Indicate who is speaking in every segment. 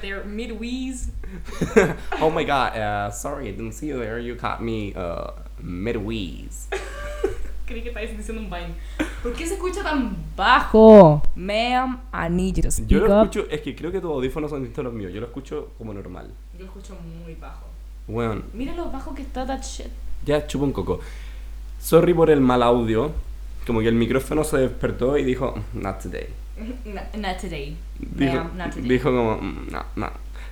Speaker 1: there midwheeze.
Speaker 2: oh my god, uh, sorry, I didn't see you there. You caught me uh, midwheeze.
Speaker 1: Creí que estabas diciendo un vain. ¿Por qué se escucha tan bajo? Ma'am, I need you to speak
Speaker 2: Yo lo
Speaker 1: up.
Speaker 2: escucho, es que creo que tus audífonos son distintos a los míos. Yo lo escucho como normal.
Speaker 1: Yo lo escucho muy bajo.
Speaker 2: Bueno,
Speaker 1: Mira lo bajo que está that shit.
Speaker 2: ya chupo un coco. Sorry por el mal audio. Como que el micrófono se despertó y dijo, "Mm, not today.
Speaker 1: Not, not today.
Speaker 2: Dijo,
Speaker 1: Ma'am, not today.
Speaker 2: dijo como, "Mm, no, no.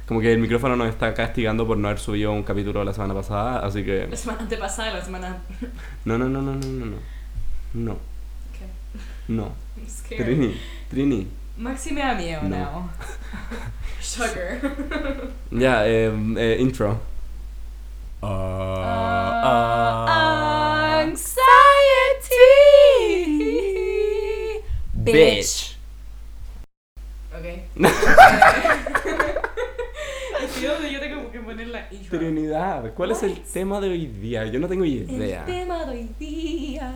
Speaker 2: Como que el micrófono nos está castigando por no haber subido un capítulo la semana pasada, así que...
Speaker 1: La semana antepasada, la semana.
Speaker 2: No, no, no, no, no, no, no. No,
Speaker 1: Okay.
Speaker 2: no.
Speaker 1: I'm scared.
Speaker 2: Trini, Trini.
Speaker 1: Maxi me da miedo
Speaker 2: No.
Speaker 1: now. Sugar.
Speaker 2: Ya, eh, eh, intro. Ah,
Speaker 1: Ah, Uh, anxiety.
Speaker 2: Bitch.
Speaker 1: Ok. Estoy donde yo tengo que poner la intro.
Speaker 2: Trinidad, ¿cuál es el
Speaker 1: What? Este
Speaker 2: tema de hoy día? Yo no tengo idea.
Speaker 1: El tema de hoy día.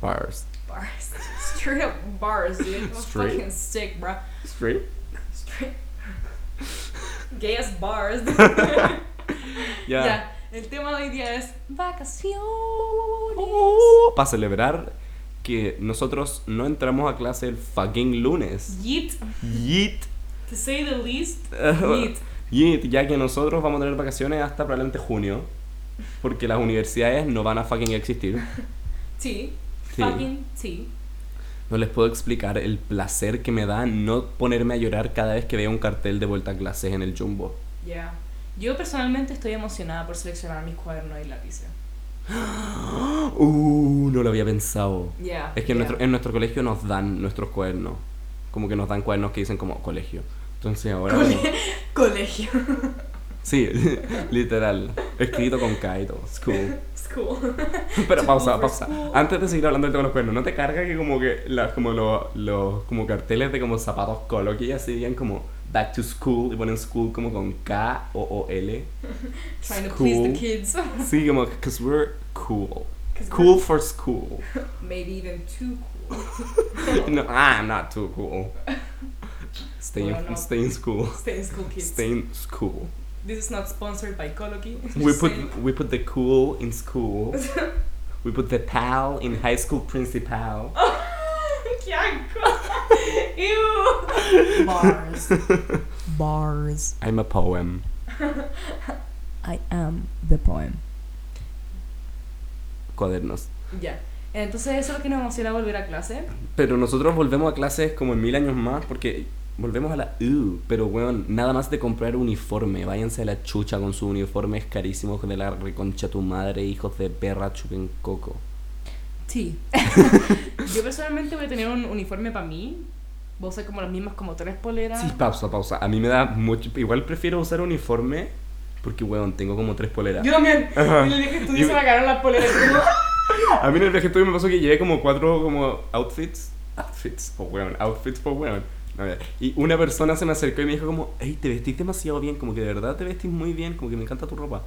Speaker 2: Bars.
Speaker 1: Bars. Straight up bars, dude. I'm
Speaker 2: Straight.
Speaker 1: fucking sick, bro.
Speaker 2: Straight.
Speaker 1: Straight. Gay as bars.
Speaker 2: Ya.
Speaker 1: Ya, el tema de hoy día es vacaciones.
Speaker 2: Para Oh, celebrar que nosotros no entramos a clase el fucking lunes.
Speaker 1: Yeet,
Speaker 2: Yeet.
Speaker 1: to say the least.
Speaker 2: Eh,
Speaker 1: Yeet.
Speaker 2: Yeet, ya que nosotros vamos a tener vacaciones hasta probablemente junio. Porque las universidades no van a fucking existir.
Speaker 1: T.
Speaker 2: Sí.
Speaker 1: Fucking T.
Speaker 2: No les puedo explicar el placer que me da no ponerme a llorar cada vez que veo un cartel de vuelta a clases en el jumbo.
Speaker 1: Yeah. Yo personalmente estoy emocionada por seleccionar mis cuadernos y lápices.
Speaker 2: Uh, no lo había pensado.
Speaker 1: Yeah.
Speaker 2: Es que en,
Speaker 1: yeah.
Speaker 2: nuestro, en nuestro colegio nos dan nuestros cuadernos. Como que nos dan cuadernos que dicen como colegio. Entonces ahora...
Speaker 1: Cole- colegio.
Speaker 2: Sí, literal. Escrito con Kaido. School.
Speaker 1: School.
Speaker 2: Pero pausa,
Speaker 1: Over
Speaker 2: pausa.
Speaker 1: school.
Speaker 2: Antes de seguir hablando del tema de los cuernos, ¿no te carga que como que las, como los, los como carteles de como zapatos colo que ellas dirían como back to school y ponen school como con K o O L?
Speaker 1: Trying to please the
Speaker 2: School.
Speaker 1: kids.
Speaker 2: Sí, como cause we're cool.
Speaker 1: 'Cause
Speaker 2: Cool for school.
Speaker 1: we're Maybe even too cool.
Speaker 2: No, I'm not too cool. Stay in,
Speaker 1: Bueno, no.
Speaker 2: stay in school.
Speaker 1: Stay in school, kids.
Speaker 2: Stay in school.
Speaker 1: This is not sponsored by Coloquy.
Speaker 2: We
Speaker 1: Just
Speaker 2: put
Speaker 1: saying.
Speaker 2: we put the cool in school. We put the pal in high school principal.
Speaker 1: ¡Qué asco! ¡Ew! Bars. Bars.
Speaker 2: I'm a poem.
Speaker 1: I am the poem.
Speaker 2: Cuadernos.
Speaker 1: Ya. Entonces eso es lo que nos emociona volver a clase.
Speaker 2: Pero nosotros volvemos a clases como en mil años más porque volvemos a la U. Pero, weón, nada más de comprar uniforme. Váyanse a la chucha con su uniforme. Es carísimo de la reconcha tu madre, hijos de perra, chupen coco.
Speaker 1: Sí. Yo personalmente voy a tener un uniforme para mí. Voy a usar como las mismas, como tres poleras.
Speaker 2: Sí, pausa, pausa. A mí me da mucho... Igual prefiero usar uniforme porque, weón, tengo como tres poleras.
Speaker 1: Yo también.
Speaker 2: Ajá.
Speaker 1: En el viaje estudio se
Speaker 2: Yo-
Speaker 1: me acabaron las poleras. Como,
Speaker 2: A mí en el viaje estudio me pasó que llevé como cuatro como outfits. Outfits, por weón. Outfits, por weón. A ver, Y una persona se me acercó y me dijo como, hey, te vestís demasiado bien, como que de verdad te vestís muy bien, como que me encanta tu ropa.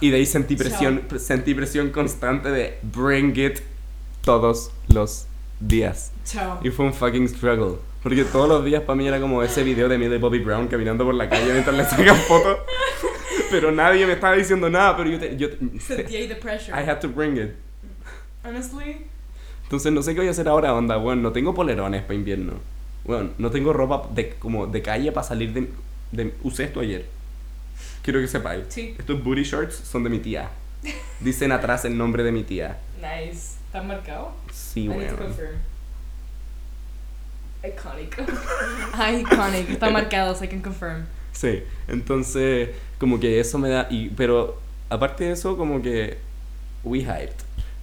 Speaker 2: Y de ahí sentí presión, pre- sentí presión constante de bring it todos los días.
Speaker 1: Chao.
Speaker 2: Y fue un fucking struggle. Porque todos los días para mí era como ese video de mí de Bobby Brown caminando por la calle mientras le sacan fotos. Pero nadie me estaba diciendo nada, pero yo te- yo te-
Speaker 1: Sentí ahí the pressure.
Speaker 2: I had to bring it.
Speaker 1: Honestly.
Speaker 2: Entonces no sé qué voy a hacer ahora, onda, weón. No tengo polerones para invierno. Weón, no tengo ropa de, como de calle para salir de, de- Usé esto ayer. Quiero que sepáis.
Speaker 1: Sí.
Speaker 2: Estos booty shorts son de mi tía. Dicen atrás el nombre de mi tía.
Speaker 1: Nice. ¿Está marcado?
Speaker 2: Sí,
Speaker 1: I need to
Speaker 2: weón.
Speaker 1: confirm. Iconic. Iconic. Está marcado, so I can confirm.
Speaker 2: Sí. Entonces, como que eso me da... Y, pero, aparte de eso, como que... We hyped.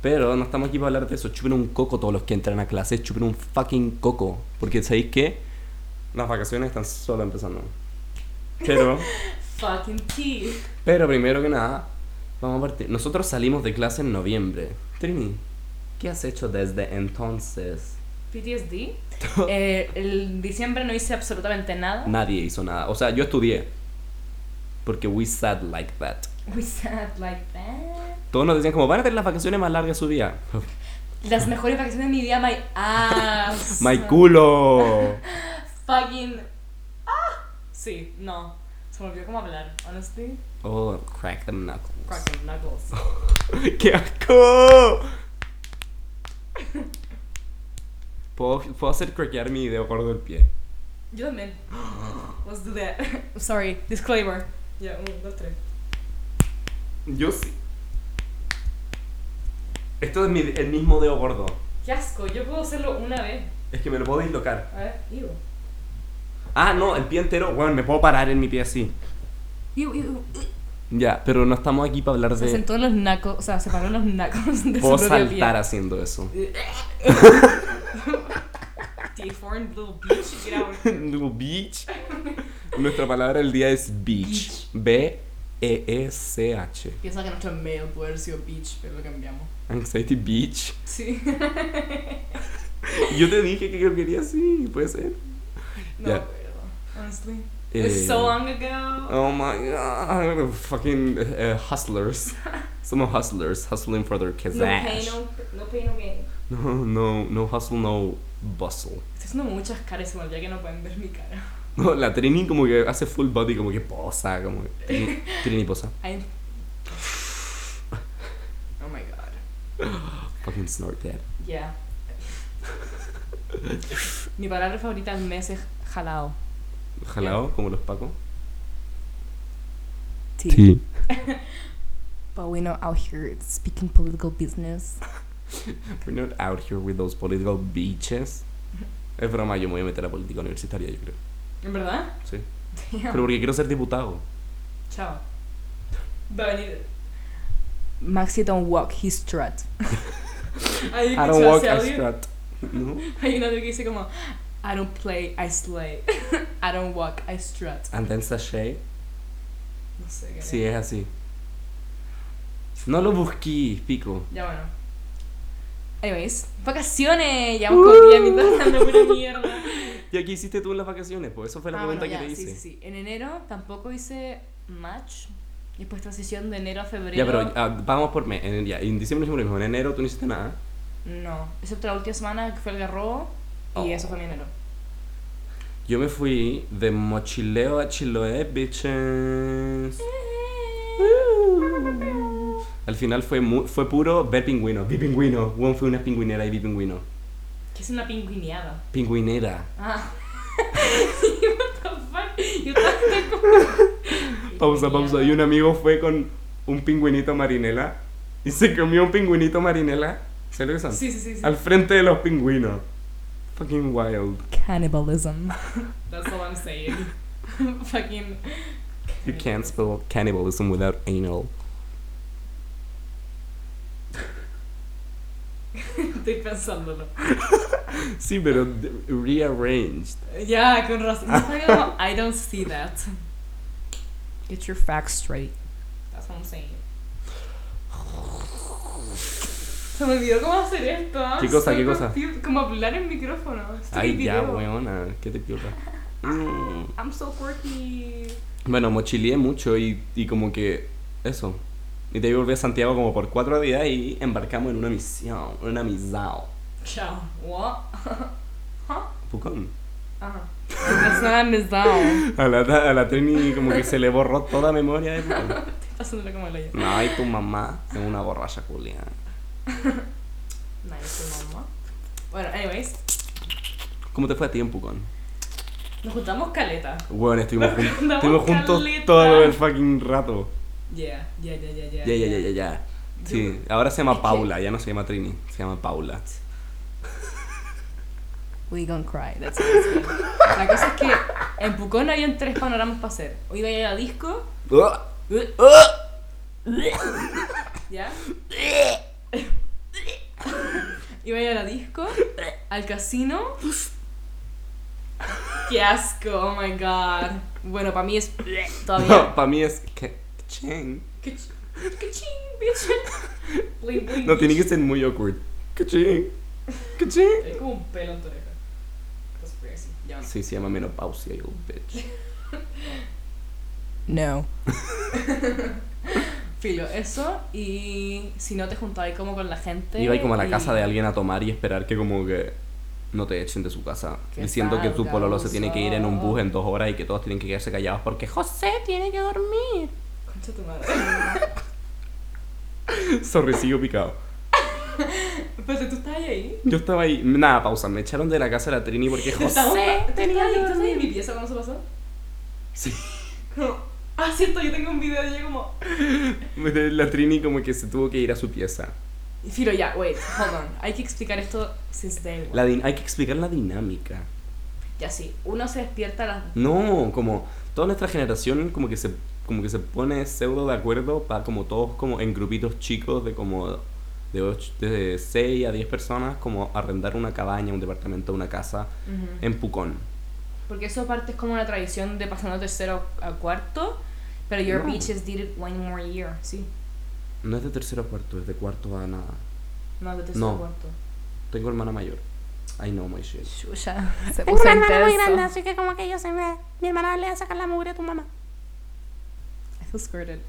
Speaker 2: Pero no estamos aquí para hablar de eso. Chupen un coco todos los que entran a clases. Chupen un fucking coco. Porque, ¿sabéis qué? Las vacaciones están solo empezando. Pero...
Speaker 1: Fucking tea.
Speaker 2: Pero primero que nada, vamos a partir. Nosotros salimos de clase en noviembre. Trini, ¿qué has hecho desde entonces?
Speaker 1: PTSD. Eh, el diciembre no hice Ah. absolutamente nada.
Speaker 2: Nadie hizo nada. O sea, yo estudié. Porque we sat like that.
Speaker 1: We sat like that.
Speaker 2: Todos nos decían como, van a tener las vacaciones más largas de su vida.
Speaker 1: Las mejores vacaciones de mi vida, my ass.
Speaker 2: ¡My culo!
Speaker 1: Fucking. Ah. Sí, no. Se me olvidó cómo hablar, honestly.
Speaker 2: Oh, crack them knuckles.
Speaker 1: Crack them knuckles.
Speaker 2: ¡Qué asco! ¿Puedo, puedo hacer craquear mi dedo gordo del pie.
Speaker 1: Yo también. Let's do that. Sorry, disclaimer. Ya, un, dos, tres.
Speaker 2: Yo sí. Esto es mi- el mismo dedo gordo.
Speaker 1: Qué asco, yo puedo hacerlo una vez.
Speaker 2: Es que me lo puedo dislocar.
Speaker 1: A ver, iu.
Speaker 2: Ah, no, el pie entero. Bueno, me puedo parar en mi pie así.
Speaker 1: Iu, iu.
Speaker 2: Ya, pero no estamos aquí para hablar
Speaker 1: Se
Speaker 2: de.
Speaker 1: sentó en los nacos, o sea, se paró en los nacos de
Speaker 2: Puedo
Speaker 1: su propio pie.
Speaker 2: saltar haciendo eso.
Speaker 1: Deformed little bitch, get out.
Speaker 2: Little beach. Nuestra palabra del día es beach. E
Speaker 1: Beach.
Speaker 2: B-E-E-C-H.
Speaker 1: Piensa que nuestro mail puede haber sido bitch, pero lo cambiamos.
Speaker 2: Anxiety beach.
Speaker 1: Sí.
Speaker 2: Yo te dije que yo quería así, puede ser.
Speaker 1: No,
Speaker 2: Ya.
Speaker 1: pero, honestly.
Speaker 2: Eh,
Speaker 1: It's so long ago.
Speaker 2: Oh my god, fucking eh, hustlers. Somos hustlers, hustling for their cash.
Speaker 1: No pain, no, no pain, no gain.
Speaker 2: no, no, no hustle, no bustle.
Speaker 1: Estoy haciendo muchas caras, se me olvida que no pueden ver mi cara.
Speaker 2: No, la Trini como que hace full body, como que posa, como que Trini, Trini posa.
Speaker 1: I'm... Oh my god.
Speaker 2: Fucking snort that.
Speaker 1: Yeah. Mi palabra favorita en mes es jalao.
Speaker 2: Jalao, como los pacos.
Speaker 1: Sí. But we're not out here speaking political business.
Speaker 2: We're not out here with those political bitches. Es broma, yo me voy a meter a política universitaria, yo creo.
Speaker 1: ¿En verdad?
Speaker 2: Sí.
Speaker 1: Damn.
Speaker 2: Pero porque quiero ser diputado.
Speaker 1: Chao. Va a venir. Maxi don't walk, he strut. Hay un
Speaker 2: I
Speaker 1: que
Speaker 2: don't
Speaker 1: se
Speaker 2: walk,
Speaker 1: hace
Speaker 2: I
Speaker 1: audio.
Speaker 2: strut. No.
Speaker 1: Hay un audio que dice como I don't play, I slay. I don't walk, I strut.
Speaker 2: And then sashay.
Speaker 1: No sé qué.
Speaker 2: Sí, es así. No lo busqué, pico.
Speaker 1: Ya bueno. Anyways, vacaciones. Llevamos como 10 minutos dando pura mierda.
Speaker 2: ¿Y aquí hiciste tú en las vacaciones? Pues eso fue la
Speaker 1: Ah,
Speaker 2: pregunta
Speaker 1: bueno, ya,
Speaker 2: que te hice.
Speaker 1: sí, sí, sí. En enero tampoco hice match. Y después transición de enero a febrero.
Speaker 2: Ya, pero ah, vamos por mes. En, ya, en diciembre hicimos lo mismo. En enero tú no hiciste nada.
Speaker 1: No, excepto la última semana que fue el garro y
Speaker 2: Oh.
Speaker 1: eso fue mi enero.
Speaker 2: Yo me fui de mochileo a Chiloé, bitches. Mm. Al final fue, mu- fue puro ver pingüino. Vi pingüino. One fue una pingüinera y vi pingüino.
Speaker 1: Que es una pingüineada.
Speaker 2: Pingüinera.
Speaker 1: Ah. What the fuck? Yo estaba como-
Speaker 2: Pausa, pausa. Y un amigo fue con un pingüinito marinela y se comió un pingüinito marinela. ¿Sabes lo que son?
Speaker 1: Sí, sí, sí. sí.
Speaker 2: Al frente de los pingüinos. Fucking wild.
Speaker 1: Cannibalism. That's all I'm saying. Fucking.
Speaker 2: You can't spell cannibalism without anal.
Speaker 1: Estoy pensándolo.
Speaker 2: Sí, pero de- rearranged.
Speaker 1: Ya, con razón. Yo estaba como, I don't see that. Get your facts straight. That's what I'm saying. Se me olvidó cómo hacer esto. ¿ah?
Speaker 2: ¿Qué cosa,
Speaker 1: Estoy
Speaker 2: qué cosa?
Speaker 1: confu- Como hablar en micrófono. Estoy
Speaker 2: Ay, ya,
Speaker 1: video.
Speaker 2: weona. Qué te piola. Mm.
Speaker 1: I'm so quirky.
Speaker 2: Bueno, mochileé mucho y, y como que eso. Y te volví a Santiago como por cuatro días y embarcamos en una misión, una misión.
Speaker 1: Chao. What?
Speaker 2: Pucón.
Speaker 1: Ajá. That's not a misdown.
Speaker 2: A la, a la Trini como que se le borró toda memoria de Pucón.
Speaker 1: Haciéndolo como lo
Speaker 2: No, y tu mamá es una borracha culia.
Speaker 1: Nice, tu mamá. Bueno, anyways.
Speaker 2: ¿Cómo te fue a ti en Pucón?
Speaker 1: Nos juntamos caleta.
Speaker 2: Bueno, estuvimos, jun-
Speaker 1: Andamos
Speaker 2: estuvimos juntos
Speaker 1: caleta.
Speaker 2: todo el fucking rato.
Speaker 1: Yeah, yeah, yeah, yeah, yeah.
Speaker 2: Ya, ya, ya, ya, ya. Sí, ahora se llama Paula, ya no se llama Trini, se llama Paula.
Speaker 1: We gonna cry, that's what it's gonna be. La cosa es que en Pucón habían tres panoramas para hacer. O iba a ir a disco,
Speaker 2: ¡Ah!
Speaker 1: ¿ya? Iba a ir a la disco, al casino. ¡Qué asco! Oh my god. Bueno, para mí es. Todavía.
Speaker 2: No, para mí es que... Ching.
Speaker 1: Cach- Cachín, bitch. Bling, bling,
Speaker 2: No, tiene que
Speaker 1: bitch.
Speaker 2: ser muy awkward. ¡Cachín! ¡Cachín!
Speaker 1: Hay como un pelo en tu oreja. That's crazy. Ya
Speaker 2: Sí, se llama menopausia, you bitch.
Speaker 1: No. Filo, eso. Y si no te juntabas como con la gente.
Speaker 2: Iba ahí como a la
Speaker 1: y-
Speaker 2: casa de alguien a tomar y esperar que como que no te echen de su casa.
Speaker 1: Que
Speaker 2: Diciendo que tu
Speaker 1: salga,
Speaker 2: pololo se tiene que ir en un bus en dos horas y que todos tienen que quedarse callados porque José tiene que dormir.
Speaker 1: Concha tu madre.
Speaker 2: Sorry, sigo picado.
Speaker 1: Espérate, ¿tú estabas ahí?
Speaker 2: Yo estaba ahí, nada, pausa, me echaron de la casa de la Trini porque
Speaker 1: Estábamos-
Speaker 2: José
Speaker 1: ¿tú estabas
Speaker 2: tenía
Speaker 1: ahí?
Speaker 2: que
Speaker 1: ¿Tú estabas ahí en mi
Speaker 2: dormir.
Speaker 1: pieza cuando se pasó?
Speaker 2: Sí.
Speaker 1: Como, ah, cierto, yo tengo un video de ella como.
Speaker 2: La Trini como que se tuvo que ir a su pieza.
Speaker 1: Filo, ya, wait, hold on. Hay que explicar esto since day one.
Speaker 2: La din- hay que explicar la dinámica.
Speaker 1: Ya sí, uno se despierta a las.
Speaker 2: No, como toda nuestra generación como que se como que se pone pseudo de acuerdo para como todos como en grupitos chicos de como de, ocho- de 6 a 10 personas como arrendar una cabaña, un departamento, una casa
Speaker 1: Ujú.
Speaker 2: en Pucón.
Speaker 1: Porque eso aparte es como una tradición de pasando tercero a cuarto. Pero your
Speaker 2: No.
Speaker 1: bitches did it one more year, sí.
Speaker 2: No es de tercero a cuarto, es de cuarto a nada.
Speaker 1: No, de tercero
Speaker 2: No.
Speaker 1: a cuarto.
Speaker 2: Tengo hermana mayor. I know my shit.
Speaker 1: Chucha. Se
Speaker 3: Tengo
Speaker 1: puso
Speaker 3: una hermana muy
Speaker 1: intenso.
Speaker 3: grande, así que como que yo se me... Mi hermana le va a sacar la mugre a tu mamá.
Speaker 1: I feel squirted.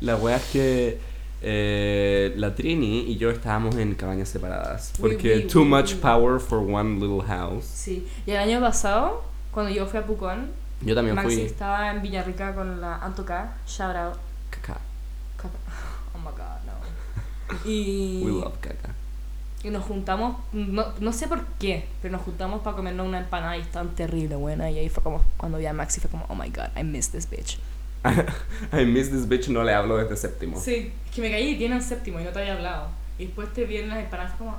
Speaker 2: La wea es que eh, la Trini y yo estábamos en cabañas separadas
Speaker 1: We-
Speaker 2: porque
Speaker 1: we-
Speaker 2: too
Speaker 1: we-
Speaker 2: much
Speaker 1: we-
Speaker 2: power for one little house.
Speaker 1: Sí. Y el año pasado, cuando yo fui a Pucón,
Speaker 2: Yo también
Speaker 1: Maxi
Speaker 2: fui
Speaker 1: estaba en Villarrica con la Antoca. Shout out.
Speaker 2: caca.
Speaker 1: Caca. Oh my god, no. Y,
Speaker 2: We love caca.
Speaker 1: y nos juntamos, no, no sé por qué, pero nos juntamos para comernos una empanada y tan terrible buena. Y ahí fue como, cuando vi a Maxi fue como, oh my god, I miss this bitch.
Speaker 2: I miss this bitch, no le hablo desde séptimo.
Speaker 1: Sí, es que me caí bien en séptimo y no te había hablado. Y después te vi en las empanadas fue como,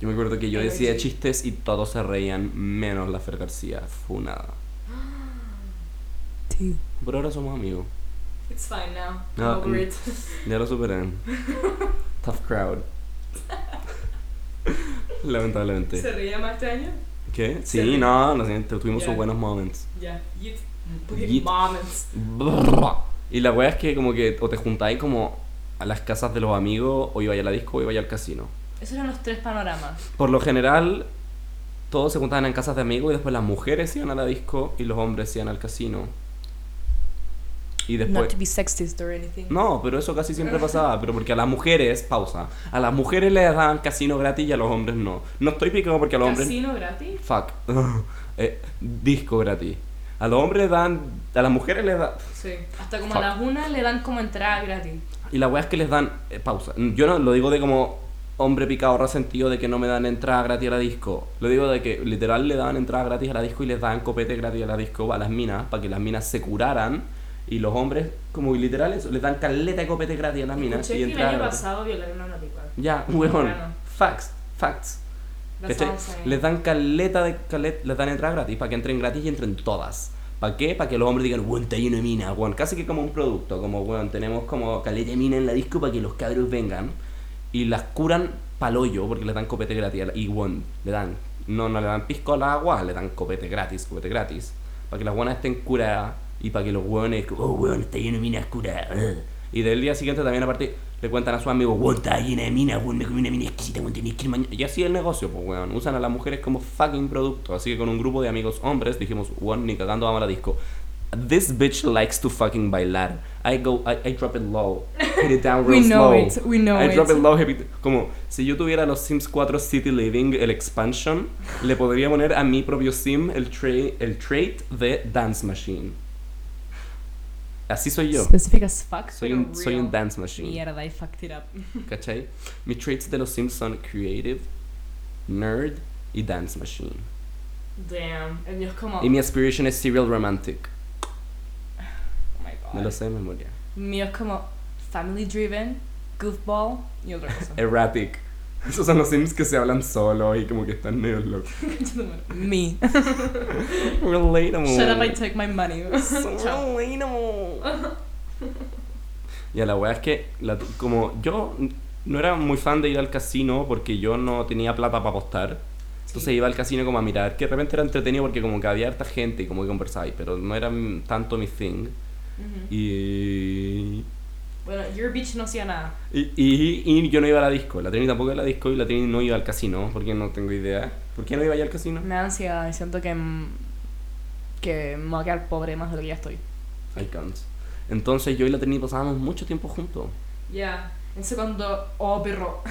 Speaker 2: Yo me acuerdo que yo
Speaker 1: Ay,
Speaker 2: decía
Speaker 1: sí.
Speaker 2: chistes y todos se reían, menos la Fer García. Fue nada.
Speaker 1: sí.
Speaker 2: Pero ahora somos amigos.
Speaker 1: It's fine now. I'm
Speaker 2: No,
Speaker 1: over
Speaker 2: mm.
Speaker 1: it.
Speaker 2: Ya lo superé. Tough crowd. Lamentablemente.
Speaker 1: ¿Se reía más este año?
Speaker 2: ¿Qué?
Speaker 1: se
Speaker 2: Sí,
Speaker 1: ríe.
Speaker 2: no, lo siento, tuvimos sus
Speaker 1: Ya.
Speaker 2: buenos moments.
Speaker 1: Ya. Yeah.
Speaker 2: Yeet.
Speaker 1: moments.
Speaker 2: Y la wea es que como que o te juntáis como a las casas de los amigos o iba a la disco o iba al casino.
Speaker 1: Esos eran los tres panoramas.
Speaker 2: Por lo general, todos se juntaban en casas de amigos y después las mujeres iban a la disco y los hombres iban al casino. Y
Speaker 1: Not
Speaker 2: después...
Speaker 1: to be sexist or anything.
Speaker 2: No, pero eso casi siempre pasaba, pero porque a las mujeres, pausa, a las mujeres les daban casino gratis y a los hombres no. No estoy picado porque a los hombres...
Speaker 1: ¿Casino gratis?
Speaker 2: Fuck. Eh, disco gratis. A los hombres les dan... A las mujeres les dan...
Speaker 1: Sí. Hasta como
Speaker 2: Fuck.
Speaker 1: a las una le dan como entrada gratis.
Speaker 2: Y la weá es que les dan. eh, pausa. Yo no lo digo de como hombre picado resentido de que no me dan entrada gratis a la disco. Lo digo de que literal le daban entrada gratis a la disco y les daban copete gratis a la disco a las minas para que las minas se curaran. Y los hombres, como literales, les dan caleta de copete gratis a las minas.
Speaker 1: Escuché que
Speaker 2: Y
Speaker 1: el año
Speaker 2: entrada gratis.
Speaker 1: pasado violaron a una pipa.
Speaker 2: Ya, weón.
Speaker 1: Temprano.
Speaker 2: Facts, facts.
Speaker 1: That's
Speaker 2: ¿Cachai?
Speaker 1: all I'm saying.
Speaker 2: Les dan caleta de caleta, les dan entrada gratis para que entren gratis y entren todas. ¿Para qué? Para que los hombres digan, weón, está lleno de mina, weón. Casi que como un producto, como, weón, tenemos como caleta de mina en la disco para que los cabros vengan y las curan palollo porque les dan copete gratis. a la- Y, weón, le dan, no, no le dan pisco a la agua, le dan copete gratis, copete gratis. Para que las buenas estén curadas y para que los weones, oh, weón, está lleno de minas curadas. ugh". Y del día siguiente también, aparte, le cuentan a su amigo, weón, está llena de minas, weón, me comí una mina exquisita, weón, tenés que ir mañana. Y así el negocio, pues, weón. Usan a las mujeres como fucking producto. Así que con un grupo de amigos hombres dijimos, weón, ni cagando vamos a la disco. This bitch likes to fucking bailar. I go, I, I drop it low, hit it down
Speaker 1: We
Speaker 2: real
Speaker 1: know
Speaker 2: slow.
Speaker 1: it, we know
Speaker 2: I
Speaker 1: it.
Speaker 2: drop it low, hit it- Como si yo tuviera los Sims 4 City Living, el expansion, le podría poner a mi propio Sim el, trai- el trait de Dance Machine. Así soy yo.
Speaker 1: Specific as fuck.
Speaker 2: Soy
Speaker 1: pero
Speaker 2: un, soy un
Speaker 1: real.
Speaker 2: Dance Machine.
Speaker 1: Mierda, I fucked it up.
Speaker 2: ¿Cachai? Mis traits de los Sims son creative, nerd y dance machine.
Speaker 1: Damn. El mío es como.
Speaker 2: Y mi aspiration es serial romantic.
Speaker 1: Oh my god.
Speaker 2: Me lo sé de memoria.
Speaker 1: El mío es como family driven, goofball y otra cosa.
Speaker 2: Erratic. Esos son los Sims que se hablan solo y como que están medio locos.
Speaker 1: Me.
Speaker 2: Relatable.
Speaker 1: Shut up, I take my money.
Speaker 2: So
Speaker 1: Chao.
Speaker 2: relatable. Y a la wea es que, la- como yo no era muy fan de ir al casino porque yo no tenía plata para apostar. Entonces iba al casino como a mirar, que de repente era entretenido porque como que había harta gente y como que conversáis, pero no era mm, tanto mi thing.
Speaker 1: Ujú.
Speaker 2: Y,
Speaker 1: Bueno, your bitch no hacía nada.
Speaker 2: y, y- y yo no iba a la disco, la Trini tampoco iba a la disco y la Trini no iba al casino, porque no tengo idea. ¿Por qué no iba yo al casino?
Speaker 1: Me da ansiedad y siento que. mm, que me voy a quedar pobre más de lo que ya estoy.
Speaker 2: I can't. Entonces yo y la Trini pasábamos mucho tiempo juntos.
Speaker 1: Ya. Entonces cuando. Oh, perro.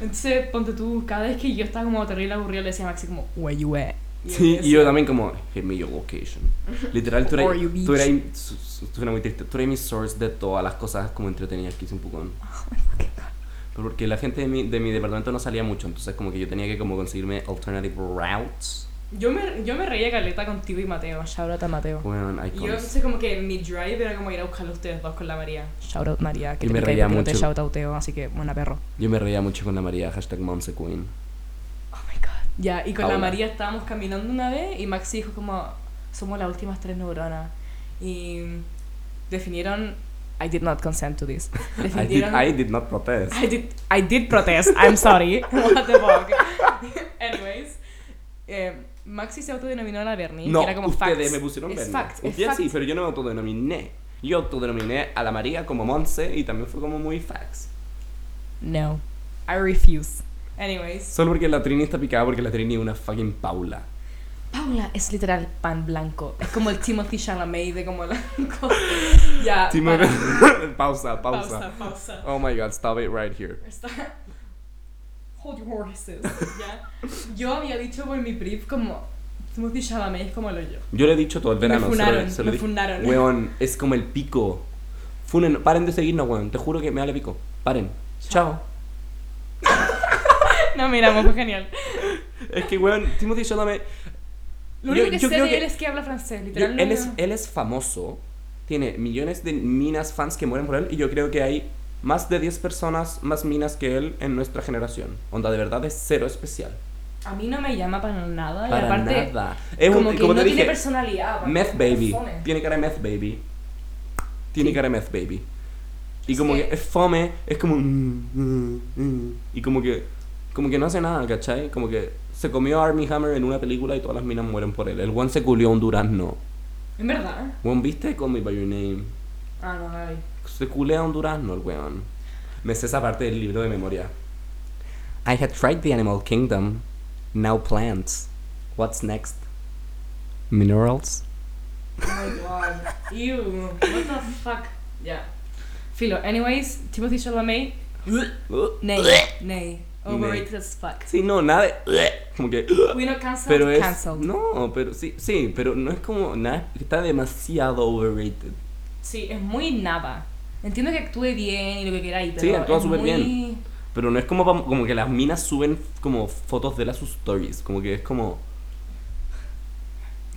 Speaker 1: Entonces, ponte tú, cada vez que yo estaba como terrible aburrida, le decía a Maxi como, where you at? él
Speaker 2: Sí,
Speaker 1: me
Speaker 2: y yo
Speaker 1: decía,
Speaker 2: también como, hit me your location. Literal, tú eras,
Speaker 1: Or you
Speaker 2: tú eras, su- su- suena muy triste, tú eras mi source de todas las cosas como entretenidas que hice un poco.
Speaker 1: Oh
Speaker 2: Pero porque la gente de mi, de mi departamento no salía mucho, entonces como que yo tenía que como conseguirme alternative routes.
Speaker 1: Yo me, yo me reía caleta contigo y Mateo. Shout out a Mateo.
Speaker 2: Bueno,
Speaker 1: Y yo
Speaker 2: icons.
Speaker 1: entonces como que mi drive era como ir a buscar a ustedes dos con la María. Shout out María, que
Speaker 2: Y
Speaker 1: te
Speaker 2: me
Speaker 1: me reía
Speaker 2: reía
Speaker 1: mucho. Te
Speaker 2: mucho.
Speaker 1: shout outeo, así que buena perro.
Speaker 2: Yo me reía mucho con la María, hashtag Mom's a Queen.
Speaker 1: Oh my god. Ya, y con
Speaker 2: Paula.
Speaker 1: la María estábamos caminando una vez y Maxi dijo como, somos las últimas tres neuronas. Y definieron, I did not consent to this.
Speaker 2: I did,
Speaker 1: Definieron,
Speaker 2: I did not protest.
Speaker 1: I did, I did protest. I'm sorry. What the fuck. Anyways, eh, Maxi se autodenominó la Bernie.
Speaker 2: No,
Speaker 1: que era como
Speaker 2: ustedes
Speaker 1: facts.
Speaker 2: me pusieron
Speaker 1: Es
Speaker 2: Bernie.
Speaker 1: fact, es
Speaker 2: Ustedes
Speaker 1: fact.
Speaker 2: sí, pero yo no me autodenominé. Yo autodenominé a la María como Monse y también fue como muy fax.
Speaker 1: No, I refuse. Anyways,
Speaker 2: Solo porque la Trini está picada porque la Trini es una fucking Paula.
Speaker 1: Paula es literal pan blanco. Es como el Timothy Chalamet de como la cosa. Ya.
Speaker 2: Sí,
Speaker 1: para.
Speaker 2: me- pausa, pausa,
Speaker 1: pausa, pausa.
Speaker 2: Oh my god, stop it right here.
Speaker 1: Está- Hold your horses. Ya. Yo había dicho por mi brief como Timothy Chalamet es como lo yo.
Speaker 2: Yo le he dicho todo el
Speaker 1: Me
Speaker 2: verano. se lo-
Speaker 1: funaron,
Speaker 2: se lo
Speaker 1: me
Speaker 2: dije.
Speaker 1: funaron.
Speaker 2: Weón, es como el pico. Funen, paren de seguirnos, weón. Te juro que me vale pico. Paren. Chao.
Speaker 1: No, miramos, fue genial.
Speaker 2: Es que, weón, Timothy Chalamet...
Speaker 1: Lo
Speaker 2: Yo-
Speaker 1: único que
Speaker 2: yo
Speaker 1: sé
Speaker 2: creo
Speaker 1: de
Speaker 2: que-
Speaker 1: él es que habla francés,
Speaker 2: Yo-
Speaker 1: literal.
Speaker 2: él,
Speaker 1: no-
Speaker 2: es, él es famoso, tiene millones de minas fans que mueren por él y yo creo que hay más de 10 personas más minas que él en nuestra generación. Onda, de verdad es cero especial.
Speaker 1: A mí no me llama para nada. y
Speaker 2: Para
Speaker 1: aparte,
Speaker 2: nada. Es
Speaker 1: como
Speaker 2: un,
Speaker 1: que
Speaker 2: como
Speaker 1: no
Speaker 2: te
Speaker 1: tiene
Speaker 2: dije,
Speaker 1: personalidad. aparte,
Speaker 2: meth baby.
Speaker 1: fome.
Speaker 2: Tiene cara de meth baby. Tiene
Speaker 1: Sí.
Speaker 2: cara de meth baby. Y
Speaker 1: Es
Speaker 2: como
Speaker 1: que-
Speaker 2: que es fome, es como... mm, mm, mm, Y como que, como que no hace nada, ¿cachai? Como que se comió a Armie Hammer en una película y todas las minas mueren por él. El one se culió a un durazno.
Speaker 1: En verdad.
Speaker 2: One, ¿viste? Call Me By Your Name.
Speaker 1: Ah, no, no. no.
Speaker 2: Se culea un durazno el weón. Me sé esa parte del libro de memoria. I had tried the animal kingdom, now plants. What's next? Minerals.
Speaker 1: Oh my god. Ew. What the fuck. Ya. Filo. Anyways, Timothy Chalamet. Nay. Nay. Overrated as fuck.
Speaker 2: Sí, no, nada de... Como que...
Speaker 1: We not cancelled.
Speaker 2: Pero es...
Speaker 1: Cancelled.
Speaker 2: No, pero sí, sí, pero no es como... Nada, está demasiado overrated.
Speaker 1: Sí, es muy nada. Entiendo que actúe bien y lo que queráis, pero
Speaker 2: Sí, actúa
Speaker 1: es
Speaker 2: súper
Speaker 1: muy...
Speaker 2: bien. Pero no es como, pa- como que las minas suben como fotos de él a sus stories. Como que es como...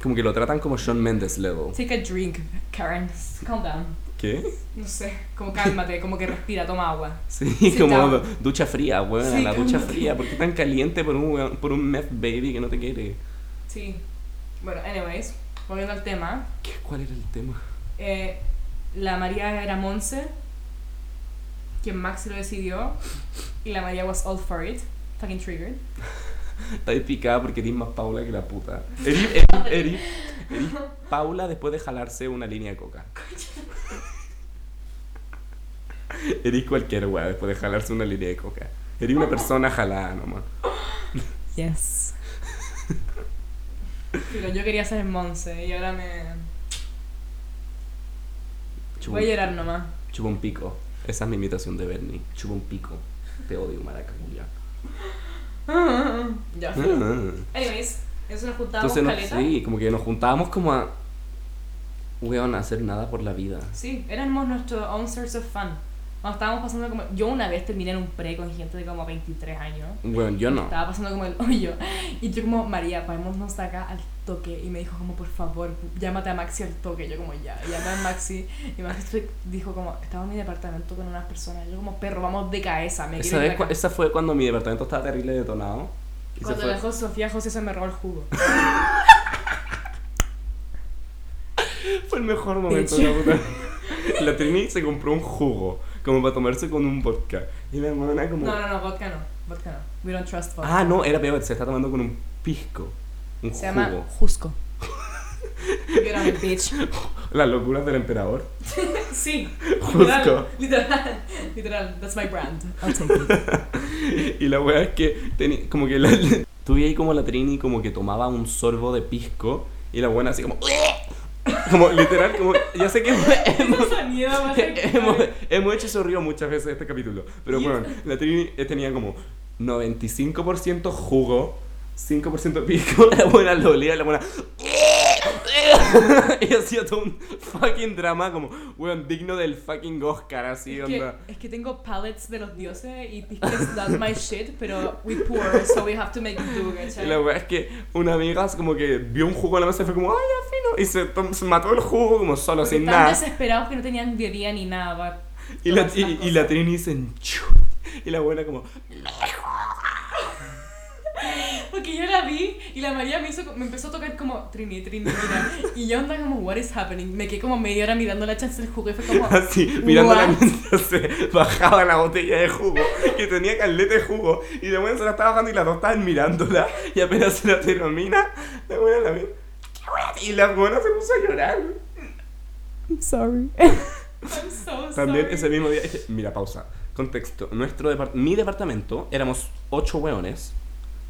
Speaker 2: Como que lo tratan como Sean Mendes level.
Speaker 1: Take a drink, Karen. Calm down.
Speaker 2: ¿Qué?
Speaker 1: No sé, como cálmate, como que respira, toma agua.
Speaker 2: Sí,
Speaker 1: Sí,
Speaker 2: como
Speaker 1: está.
Speaker 2: ducha fría, weón,
Speaker 1: Sí,
Speaker 2: la ducha
Speaker 1: cálmate.
Speaker 2: fría. ¿Por qué tan caliente por un, weón- por un meth baby que no te quiere?
Speaker 1: Sí. Bueno, anyways, volviendo al tema.
Speaker 2: ¿Qué? ¿Cuál era el tema?
Speaker 1: eh, la María era Monse, quien Maxi lo decidió, y la María was all for it. Fucking triggered.
Speaker 2: Está ahí picada porque eres más Paula que la puta. Eres, eres, eres- eres Paula después de jalarse una línea de coca. Eres cualquier weón después de jalarse una línea de coca. Eres una persona jalada nomás.
Speaker 1: Yes. Pero yo quería ser Monse y ahora me.
Speaker 2: Chupa,
Speaker 1: Voy a
Speaker 2: un-
Speaker 1: llorar nomás.
Speaker 2: chupa un pico. Esa es mi imitación de Bernie. Chupa un pico. Te odio, maraca, culia.
Speaker 1: ya.
Speaker 2: Ah.
Speaker 1: Anyways, eso nos juntábamos
Speaker 2: Entonces, nos-
Speaker 1: caleta.
Speaker 2: sí, como que nos juntábamos como a. Weón, a hacer nada por la vida.
Speaker 1: Sí, éramos nuestro own source of fun. Nos estábamos pasando como. Yo una vez terminé en un pre con gente de como 23 años.
Speaker 2: Weón, yo no.
Speaker 1: Estaba pasando como el hoyo. Y yo, como, María, parémonos de acá al toque. Y me dijo, como, por favor, llámate a Maxi al toque. Yo, como, ya, llámate a Maxi. Y Maxi fue- dijo, como, estaba en mi departamento con unas personas. Yo, como, perro, vamos de cabeza. Me
Speaker 2: Esa,
Speaker 1: quiero ir
Speaker 2: vez
Speaker 1: de
Speaker 2: cu-
Speaker 1: acá.
Speaker 2: esa fue cuando mi departamento estaba terrible detonado. Y se
Speaker 1: Cuando
Speaker 2: fue-
Speaker 1: dejó Sofía José, se me robó el jugo.
Speaker 2: Fue el mejor momento
Speaker 1: Bitch.
Speaker 2: la puta. La Trini se compró un jugo, como para tomarse con un vodka. Y la hermana como.
Speaker 1: No, no, no, vodka no. Vodka no. We don't trust vodka.
Speaker 2: Ah, no, era peor, se está tomando con un pisco. Ah, Un
Speaker 1: se
Speaker 2: jugo.
Speaker 1: llama Jusco. You're a bitch.
Speaker 2: Las locuras del emperador.
Speaker 1: Sí.
Speaker 2: Jusco.
Speaker 1: Literal, literal, literal. That's my brand. I'll take it.
Speaker 2: Y la weá es que teni- como que la, tuve ahí como la Trini como que tomaba un sorbo de pisco y la buena así como Como literal, como ya sé que hemos,
Speaker 1: Esa mierda va a ser-
Speaker 2: hemos, hemos hecho ese río muchas veces este capítulo, pero
Speaker 1: Y
Speaker 2: bueno, la Trini eh, tenía como 95% jugo, 5% pico, la buena lo olía, la buena y hacía todo un fucking drama como, weón, digno del fucking Oscar, así,
Speaker 1: Es que,
Speaker 2: onda.
Speaker 1: es que tengo palettes de los dioses y it's not my shit, pero we poor, so we have to make it do,
Speaker 2: Y
Speaker 1: ¿cachai?
Speaker 2: la weá es que una amiga es como que vio un jugo en la mesa y fue como, ay, ya fino. Y se, tom- se mató el jugo como solo,
Speaker 1: Porque
Speaker 2: sin
Speaker 1: están
Speaker 2: nada.
Speaker 1: desesperados que no tenían bebida ni nada. pa-
Speaker 2: Y la,
Speaker 1: todas
Speaker 2: y,
Speaker 1: esas
Speaker 2: y la
Speaker 1: cosas.
Speaker 2: Trini se enchu. Y la abuela como,
Speaker 1: Porque yo la vi y la María me, hizo, me empezó a tocar como Trini, Trini, mira. Y yo andaba como, what is happening? Me quedé como media hora mirando la chance del jugo y fue como,
Speaker 2: así, mirándola
Speaker 1: What?
Speaker 2: mientras se bajaba la botella de jugo. Que tenía caleta de jugo. Y la abuela se la estaba bajando y las dos estaban mirándola. Y apenas se la termina, la abuela la ve. "¿Qué weá?", Y la abuela se puso a llorar.
Speaker 1: sorry. I'm so sorry.
Speaker 2: También ese mismo día dije, mira, pausa. Contexto. Nuestro depart- mi departamento éramos ocho hueones.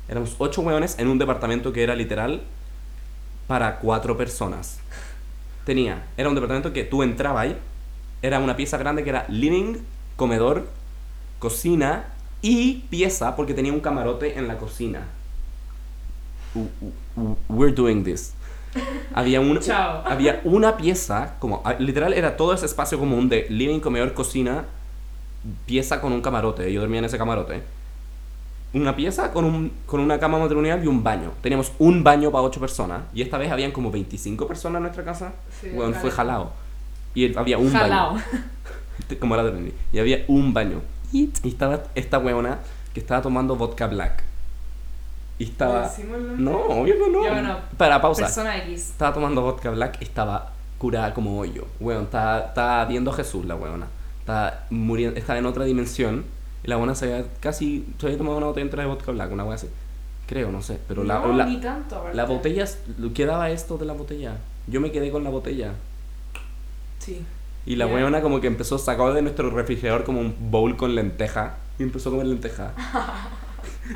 Speaker 2: Éramos ocho hueones en un departamento que era literal para cuatro personas. Tenía, era un departamento que tú entrabas ahí, era una pieza grande que era living, comedor, cocina y pieza porque tenía un camarote en la cocina. W- w- We're doing this. Había un,
Speaker 1: Chao.
Speaker 2: había una pieza, como a- literal era todo ese espacio común de living, comedor, cocina, pieza con un camarote. Yo dormía en ese camarote. Una pieza con, un, con una cama matrimonial y un baño. Teníamos un baño para ocho personas. Y esta vez habían como 25 personas en nuestra casa.
Speaker 1: Sí,
Speaker 2: Weón, fue
Speaker 1: claro.
Speaker 2: jalado. Y el- había un
Speaker 1: Jalao.
Speaker 2: baño. Como la este de Y había un baño. Y estaba esta weona que estaba tomando vodka black. Y estaba...
Speaker 1: Decimos el nombre.
Speaker 2: No, obvio que no.
Speaker 1: Ya, bueno,
Speaker 2: Para pausa.
Speaker 1: Persona X.
Speaker 2: Estaba tomando vodka black y estaba curada como hoyo. Weón, estaba, estaba viendo a Jesús la weona. Estaba, muriendo, estaba en otra dimensión. Y la weona se había casi. Se había tomado una botella entera de vodka black, una wea así. Creo, no sé. Pero la,
Speaker 1: no,
Speaker 2: la,
Speaker 1: ni tanto. aparte.
Speaker 2: la botella. Quedaba esto de la botella. Yo me quedé con la botella.
Speaker 1: Sí.
Speaker 2: Y la
Speaker 1: Ya.
Speaker 2: weona como que empezó, sacó de nuestro refrigerador como un bowl con lenteja. Y empezó a comer lenteja.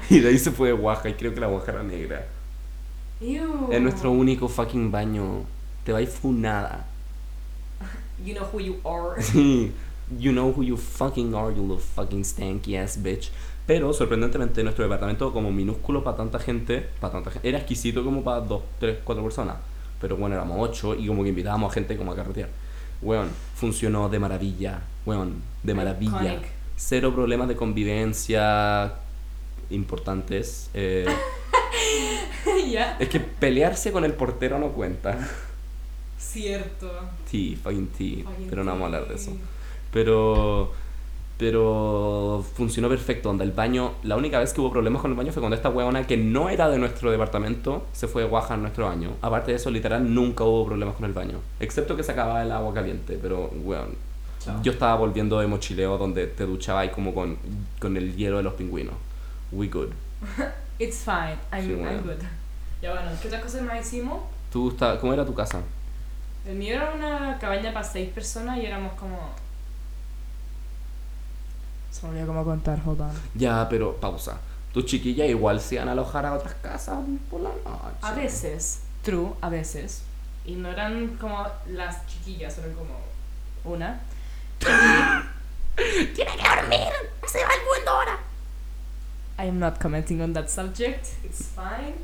Speaker 2: y de ahí se fue de guaja. Y creo que la guaja era negra.
Speaker 1: Ew.
Speaker 2: Es nuestro único fucking baño. Te vais funada.
Speaker 1: You know who you are.
Speaker 2: Sí. You know who you fucking are, you little fucking stanky ass bitch. Pero sorprendentemente nuestro departamento como minúsculo para tanta gente, para tanta gente, era exquisito como para dos, tres, cuatro personas. Pero bueno, éramos ocho y como que invitábamos a gente como a carretear. Weón, funcionó de maravilla. Weón, de maravilla.
Speaker 1: Iconic.
Speaker 2: Cero problemas de convivencia importantes. eh,
Speaker 1: ya.
Speaker 2: es que pelearse con el portero no cuenta.
Speaker 1: Cierto.
Speaker 2: Sí, fucking sí.
Speaker 1: Fucking
Speaker 2: Pero no vamos a hablar de
Speaker 1: sí.
Speaker 2: eso. Pero. Pero funcionó perfecto. Onda, el baño. La única vez que hubo problemas con el baño fue cuando esta huevona que no era de nuestro departamento se fue de guaja en nuestro baño. Aparte de eso, literal, nunca hubo problemas con el baño. Excepto que se acababa el agua caliente. Pero, weón.
Speaker 1: Chao.
Speaker 2: Yo estaba volviendo de mochileo donde te duchaba y como con, con el hielo de los pingüinos. We good.
Speaker 1: It's fine. I'm,
Speaker 2: Sí, bueno.
Speaker 1: I'm good. Ya bueno, ¿qué otras cosas más hicimos?
Speaker 2: ¿Tú está, ¿Cómo era tu casa?
Speaker 1: El mío era una cabaña para seis personas y éramos como. Se me olvidó cómo contar, hold on.
Speaker 2: Ya, pero pausa. Tus chiquillas igual se iban a alojar a otras casas por la noche.
Speaker 1: A veces, true, a veces. Y no eran como las chiquillas, eran como una.
Speaker 3: Tiene que dormir. Se va el mundo ahora.
Speaker 1: I am not commenting on that subject, it's fine.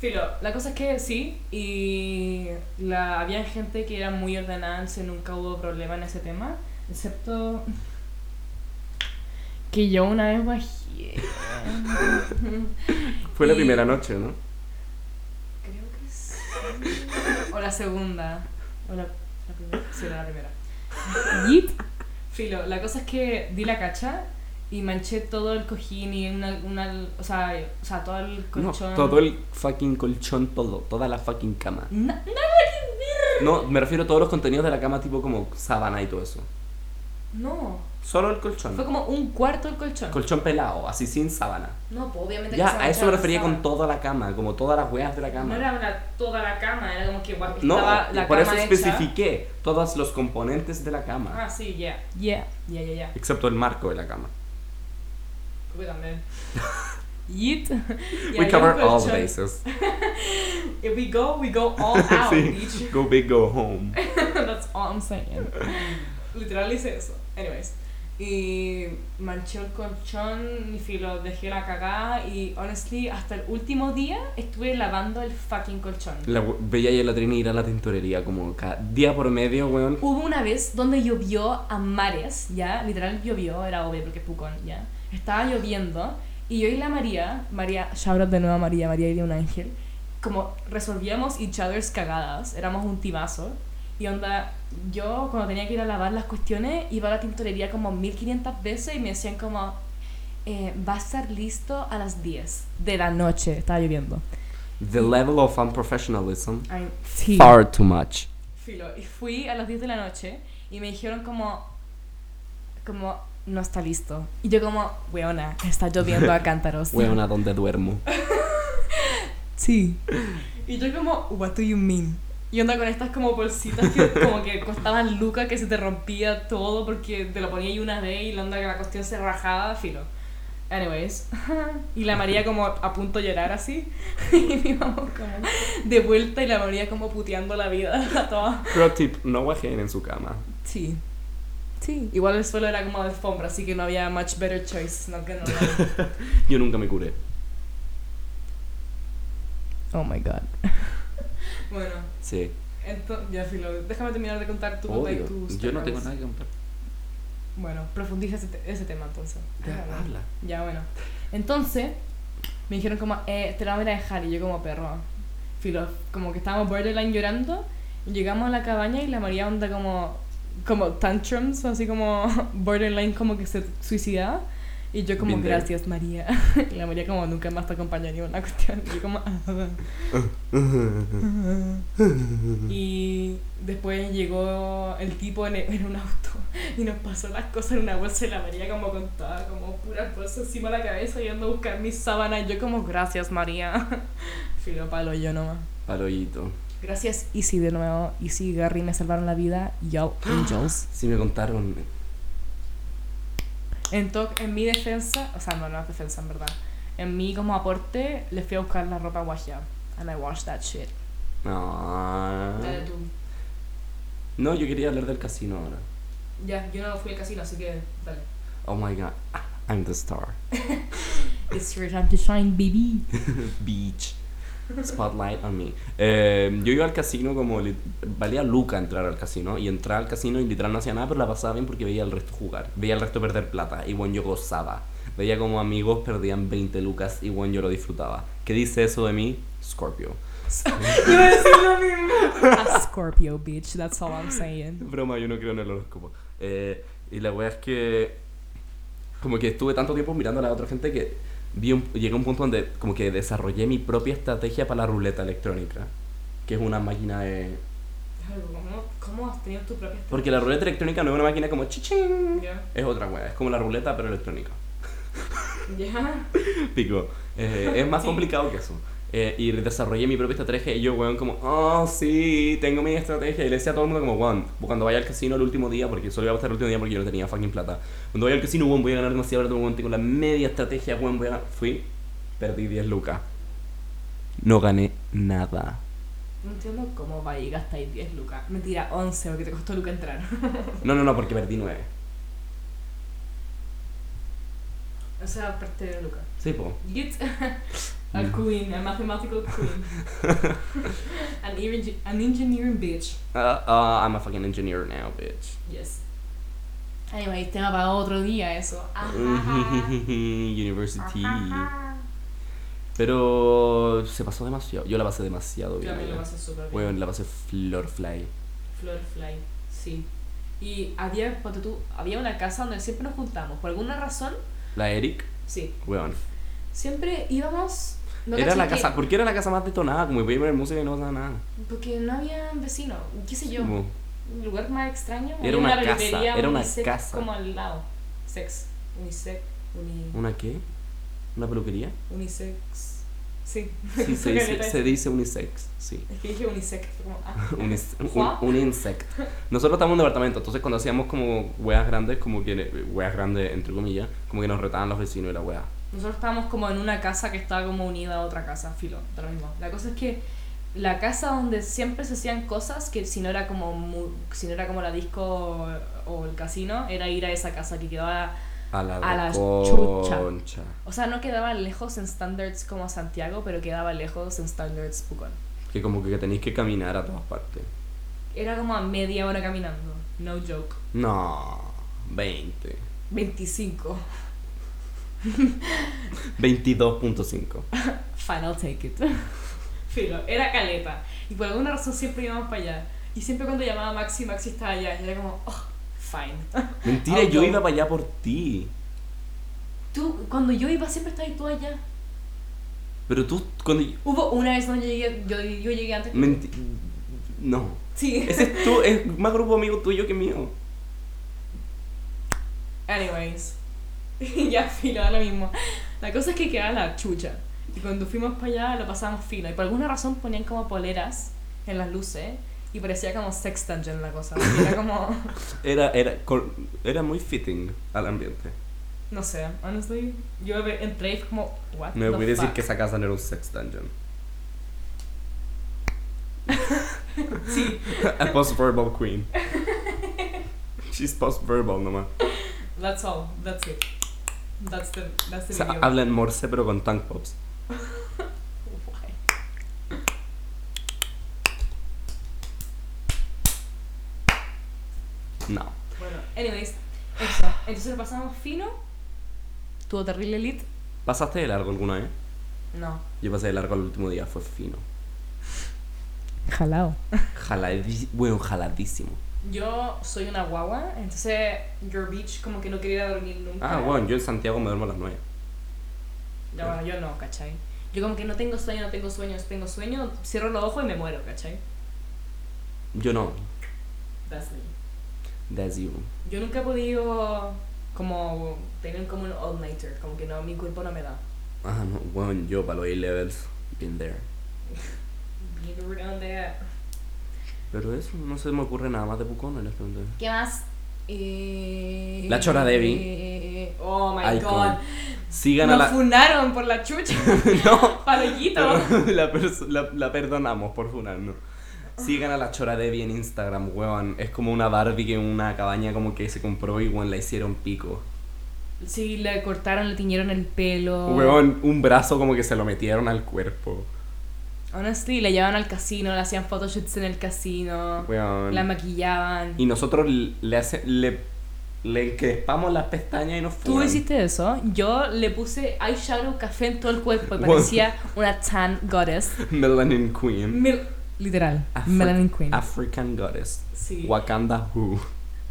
Speaker 1: Filo, la cosa es que sí, y la, había gente que era muy ordenada, entonces nunca hubo problema en ese tema, excepto que yo una vez bajé.
Speaker 2: Fue la
Speaker 1: Y-
Speaker 2: primera noche, ¿no?
Speaker 1: Creo que sí. O la segunda. O la, la primera. Sí, era la primera. Yeet. Filo, la cosa es que di la cacha y manché todo el cojín y una, una o sea, o sea, todo el colchón.
Speaker 2: No, todo el fucking colchón, todo, toda la fucking cama.
Speaker 1: Na- nada que ver.
Speaker 2: No, me refiero a todos los contenidos de la cama, tipo como sábana y todo eso.
Speaker 1: No.
Speaker 2: Solo el colchón.
Speaker 1: Fue como un cuarto el colchón.
Speaker 2: Colchón pelado, así sin sábana.
Speaker 1: no, pues obviamente que
Speaker 2: Ya,
Speaker 1: se
Speaker 2: a eso me
Speaker 1: manchaba,
Speaker 2: refería
Speaker 1: pasaba.
Speaker 2: con toda la cama, como todas las weas de la
Speaker 1: No
Speaker 2: cama.
Speaker 1: era una- toda la cama, era como que guau,
Speaker 2: No,
Speaker 1: estaba la
Speaker 2: por
Speaker 1: cama
Speaker 2: eso
Speaker 1: hecha.
Speaker 2: especifiqué todos los componentes de la cama.
Speaker 1: Ah, sí, ya. Yeah. Ya, ya, ya.
Speaker 2: Excepto el marco de la cama.
Speaker 1: Creo que también. Yeet. Y
Speaker 2: We
Speaker 1: había
Speaker 2: cover
Speaker 1: un
Speaker 2: all
Speaker 1: colchón-
Speaker 2: bases.
Speaker 1: If we go, we go all out,
Speaker 2: sí.
Speaker 1: bitch.
Speaker 2: Go big, go home.
Speaker 1: That's all I'm saying. Literal hice eso. Anyways. Y manché el colchón, y filo, dejé la cagada y honestly hasta el último día estuve lavando el fucking colchón.
Speaker 2: La we- veía yo a la Trini ir a la tintorería como cada día por medio, weón.
Speaker 1: Hubo una vez donde llovió a mares, ya, literal llovió, era obvio porque es Pucón, ya. Estaba lloviendo y yo y la María, María, shout out de nuevo a María, María y un ángel, como resolvíamos each other's cagadas, éramos un timazo. Y onda, yo cuando tenía que ir a lavar las cuestiones iba a la tintorería como 1500 veces y me decían como, eh, va a estar listo a las 10 de la noche, estaba lloviendo.
Speaker 2: The level of unprofessionalism.
Speaker 1: Ay, sí.
Speaker 2: Far too much.
Speaker 1: Filo, y fui a las 10 de la noche y me dijeron como, como, no está listo. Y yo como, weona, está lloviendo a cántaros.
Speaker 2: Weón, ¿a dónde duermo?
Speaker 1: Sí. Y yo como, what do you mean? Y onda con estas como bolsitas que como que costaban lucas, que se te rompía todo porque te lo ponía ahí una vez y la onda que la cuestión se rajaba, filo. Anyways. Y la María como a punto de llorar así. Y mi mamá como de vuelta y la María como puteando la vida a todas.
Speaker 2: Pro tip, no bajen en su cama.
Speaker 1: Sí. Sí. Igual el suelo era como de alfombra, así que no había much better choice. No, que no.
Speaker 2: Yo nunca me curé.
Speaker 1: oh my god. Bueno,
Speaker 2: Sí.
Speaker 1: entonces, ya filo, déjame terminar de contar tu cosa y
Speaker 2: Obvio.
Speaker 1: tus
Speaker 2: Yo no
Speaker 1: temas.
Speaker 2: tengo nada que contar.
Speaker 1: Bueno, profundiza ese, te- ese tema entonces.
Speaker 2: Ya,
Speaker 1: Déjame.
Speaker 2: habla.
Speaker 1: Ya, bueno. Entonces, me dijeron como, eh, te la voy a ir a dejar. Y yo como perro. Filo, como que estábamos borderline llorando. y Llegamos a la cabaña y la María onda como, como tantrums, así como borderline como que se suicidaba. Y yo como,
Speaker 2: Been there.
Speaker 1: gracias María. Y la María como, nunca más te acompañaría una cuestión. Y yo como, "Ah". Y después llegó el tipo en, en un auto y nos pasó las cosas en una bolsa y la María como contaba, como puras bolsas encima de la cabeza y ando a buscar mis sábanas. Yo como, gracias María. Filo palo yo nomás.
Speaker 2: Paloyito.
Speaker 1: Gracias Easy de nuevo. Easy y Gary me salvaron la vida. Yo, angels.
Speaker 2: Sí me contaron.
Speaker 1: En, to- en mi defensa, o sea, no, no es defensa en verdad. En mi como aporte, les fui a buscar la ropa guayada. And I washed that shit.
Speaker 2: No.
Speaker 1: tú.
Speaker 2: Ah. No, yo quería hablar del casino ahora.
Speaker 1: Ya, yo no fui al casino, así que dale.
Speaker 2: Oh my god. I'm the star.
Speaker 1: It's your time to shine, baby.
Speaker 2: Beach. Spotlight on me. Eh, yo iba al casino como. lit- Valía Luca entrar al casino. Y entraba al casino y literal no hacía nada, pero la pasaba bien porque veía al resto jugar. Veía al resto perder plata. Y bueno, yo gozaba. Veía como amigos perdían 20 lucas y bueno, yo lo disfrutaba. ¿Qué dice eso de mí? Scorpio.
Speaker 1: Yo iba a decir lo mismo. A Scorpio, bitch. That's all I'm saying.
Speaker 2: Broma, yo no creo en el horóscopo. Eh, y la wea es que. Como que estuve tanto tiempo mirando a la otra gente que vi un- llegué a un punto donde como que desarrollé mi propia estrategia para la ruleta electrónica. Que es una máquina de.
Speaker 1: ¿Cómo, has tenido tu propia
Speaker 2: Porque la ruleta electrónica no es una máquina como chiching.
Speaker 1: Ya.
Speaker 2: Es otra wea, es como la ruleta pero electrónica.
Speaker 1: Ya.
Speaker 2: Pico. Eh, es más
Speaker 1: Sí.
Speaker 2: complicado que eso. Eh, y desarrollé mi propia estrategia y yo, weón, como, oh, sí, tengo mi estrategia. Y le decía a todo el mundo, como, weón, cuando vaya al casino el último día, porque solo iba a estar el último día porque yo no tenía fucking plata. Cuando vaya al casino, weón, voy a ganar demasiado plata, weón, tengo la media estrategia, weón, voy a ganar. Fui, perdí 10 lucas. No gané nada.
Speaker 1: No entiendo cómo va y gastáis 10 lucas. Mentira, 11, porque te costó lucas entrar.
Speaker 2: No, no, no, porque perdí 9.
Speaker 1: O sea, parte de lucas.
Speaker 2: Sí, po.
Speaker 1: Get a
Speaker 2: Mm.
Speaker 1: queen, a mathematical queen. an, eng- an engineering bitch.
Speaker 2: Ah, ah, I'm a fucking engineer now, bitch.
Speaker 1: Yes. Anyway, tema para otro día eso.
Speaker 2: Ah. University. Pero se pasó demasiado. Yo la pasé demasiado bien.
Speaker 1: También
Speaker 2: allá.
Speaker 1: lo pasé súper bien.
Speaker 2: Weón, la pasé flor fly.
Speaker 1: Florfly, sí. Y había, ponte tú, había una casa donde siempre nos juntamos. Por alguna razón,
Speaker 2: La Eric,
Speaker 1: sí.
Speaker 2: weón.
Speaker 1: Siempre íbamos. no
Speaker 2: era
Speaker 1: caché
Speaker 2: la
Speaker 1: que-
Speaker 2: casa, porque era la casa más detonada, como voy a poner música y no pasa nada.
Speaker 1: Porque no había vecino, qué sé yo.
Speaker 2: Como-
Speaker 1: Un lugar más extraño.
Speaker 2: Era
Speaker 1: había
Speaker 2: una casa,
Speaker 1: librería
Speaker 2: era una
Speaker 1: unisex
Speaker 2: casa.
Speaker 1: Como al lado. Sex. Unisex. uni-
Speaker 2: ¿Una qué? ¿Una peluquería?
Speaker 1: unisex. Sí.
Speaker 2: Sí, se, dice,
Speaker 1: Caleta.
Speaker 2: se dice unisex, sí.
Speaker 1: Es que dije unisex. fue Como, ah,
Speaker 2: Unis-
Speaker 1: ¿Juá?
Speaker 2: un, un insect. Nosotros estamos en un departamento, entonces cuando hacíamos como weas grandes, como que weas grandes entre comillas, como que nos retaban los vecinos y la wea.
Speaker 1: Nosotros estábamos como en una casa que estaba como unida a otra casa, filo, de lo mismo. La cosa es que la casa donde siempre se hacían cosas que si no era como mu- si no era como la disco o, o el casino, era ir a esa casa que quedaba
Speaker 2: A la,
Speaker 1: A la
Speaker 2: concha.
Speaker 1: o sea, no quedaba lejos en standards como Santiago, pero quedaba lejos en standards Pucón.
Speaker 2: Que como que tenéis que caminar a todas partes.
Speaker 1: Era como a media hora caminando, no joke.
Speaker 2: No, 20.
Speaker 1: 25.
Speaker 2: 22.5.
Speaker 1: Final take it. Filo, era caleta. Y por alguna razón siempre íbamos para allá. Y siempre cuando llamaba a Maxi, Maxi estaba allá. Y era como, oh, fine.
Speaker 2: Mentira,
Speaker 1: Auto.
Speaker 2: yo iba para allá por ti.
Speaker 1: Tú, cuando yo iba, siempre estabas tú allá.
Speaker 2: Pero tú, cuando.
Speaker 1: Hubo una vez donde yo llegué, yo, yo llegué antes. que-
Speaker 2: Menti- no.
Speaker 1: Sí.
Speaker 2: Ese es tú, es más grupo amigo tuyo que mío.
Speaker 1: Anyways. ya filo, da lo mismo. La cosa es que quedaba la chucha. Y cuando fuimos para allá lo pasábamos fino. Y por alguna razón ponían como poleras en las luces. Y parecía como sex dungeon la cosa. Era como,
Speaker 2: Era, era, cor- era muy fitting al ambiente.
Speaker 1: no sé, honestly. Yo entré y fue como, what
Speaker 2: Me
Speaker 1: the
Speaker 2: voy a decir
Speaker 1: fuck?
Speaker 2: que esa casa no era un sex dungeon.
Speaker 1: Sí.
Speaker 2: A post-verbal queen. She's post-verbal nomás.
Speaker 1: That's all. That's it. That's the, that's the
Speaker 2: O
Speaker 1: Este
Speaker 2: sea,
Speaker 1: video.
Speaker 2: habla en morse pero con tank pops.
Speaker 1: Why?
Speaker 2: No.
Speaker 1: Bueno, anyways. Eso. Entonces lo pasamos fino. ¿Tuvo terrible elite?
Speaker 2: ¿Pasaste de largo alguna vez?
Speaker 1: No.
Speaker 2: Yo pasé de largo el último día, fue fino.
Speaker 1: Jalao.
Speaker 2: Jaladísimo. Bueno, jaladísimo.
Speaker 1: Yo soy una guagua, entonces your bitch como que no quería ir a dormir nunca.
Speaker 2: Ah, bueno, yo en Santiago me duermo a las 9.
Speaker 1: Ya, bueno, yo no, ¿cachai? Yo como que no tengo sueño, no tengo sueños, tengo sueño, cierro los ojos y me muero, ¿cachai?
Speaker 2: Yo no.
Speaker 1: That's me.
Speaker 2: That's you.
Speaker 1: Yo nunca he podido como tener como un all nighter, como que no, mi cuerpo no me da.
Speaker 2: Ah, no. Bueno, yo para los A-levels. Been there.
Speaker 1: Being around that.
Speaker 2: Pero eso, no se me ocurre nada más de Pucón en este momento.
Speaker 1: ¿Qué más? Eh,
Speaker 2: La chora Debbie.
Speaker 1: eh, oh my
Speaker 2: Icon.
Speaker 1: god.
Speaker 2: Sigan
Speaker 1: Nos
Speaker 2: a la.
Speaker 1: funaron por la chucha.
Speaker 2: no.
Speaker 1: Palollito.
Speaker 2: Pero la, perso- la, la perdonamos por funarnos. Sigan a la Chora Debbie en Instagram, weón. Es como una Barbie que en una cabaña como que se compró y weón la hicieron pico.
Speaker 1: Sí, le cortaron, le tiñeron el pelo.
Speaker 2: Weón, un brazo como que se lo metieron al cuerpo.
Speaker 1: Honestly, la llevaban al casino, le hacían photoshoots en el casino,
Speaker 2: Weón.
Speaker 1: la maquillaban.
Speaker 2: Y nosotros le hace, le, le encrespamos las pestañas y nos
Speaker 1: Tú
Speaker 2: funan.
Speaker 1: hiciste eso. Yo le puse eyeshadow café en todo el cuerpo y
Speaker 2: Bueno.
Speaker 1: parecía una tan goddess.
Speaker 2: Melanin Queen.
Speaker 1: Mel- Literal,
Speaker 2: Afri-
Speaker 1: Melanin Queen.
Speaker 2: African Goddess.
Speaker 1: Sí.
Speaker 2: Wakanda Who.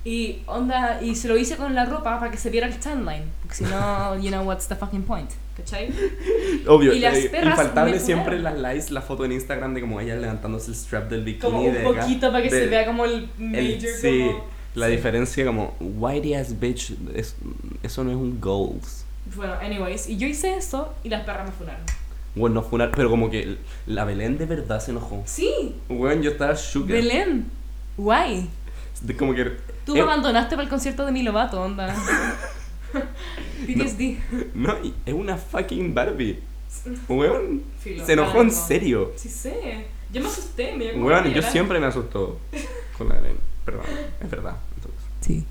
Speaker 1: Y onda, y se lo hice con la ropa para que se viera el tan line. Porque si no, you know what's the fucking point. ¿Cachai?
Speaker 2: Obvio,
Speaker 1: Y las
Speaker 2: eh,
Speaker 1: perras
Speaker 2: infaltable
Speaker 1: me
Speaker 2: siempre en las
Speaker 1: funaron.
Speaker 2: likes, la foto en Instagram de como ella levantándose el strap del bikini.
Speaker 1: Como un
Speaker 2: de acá,
Speaker 1: poquito para que se
Speaker 2: de-
Speaker 1: vea como el
Speaker 2: el-
Speaker 1: major.
Speaker 2: sí,
Speaker 1: como-
Speaker 2: la
Speaker 1: sí.
Speaker 2: diferencia como white ass bitch, es- eso no es un goals.
Speaker 1: Bueno, anyways, y yo hice eso y las perras me funaron.
Speaker 2: Bueno, no funar, pero como que la Belén de verdad se enojó.
Speaker 1: Sí,
Speaker 2: Bueno, yo estaba shook.
Speaker 1: Belén. Guay.
Speaker 2: De- Como que
Speaker 1: Tú me
Speaker 2: Eh,
Speaker 1: abandonaste para el concierto de Milovato, onda. PTSD.
Speaker 2: no, y- es una fucking Barbie. Weón,
Speaker 1: Filo,
Speaker 2: se enojó
Speaker 1: algo.
Speaker 2: en serio.
Speaker 1: Sí sé. Yo me asusté, me dio como
Speaker 2: Weón, yo
Speaker 1: miedo.
Speaker 2: siempre me asustó con la Belén. Perdón, es verdad. Entonces,
Speaker 1: Sí.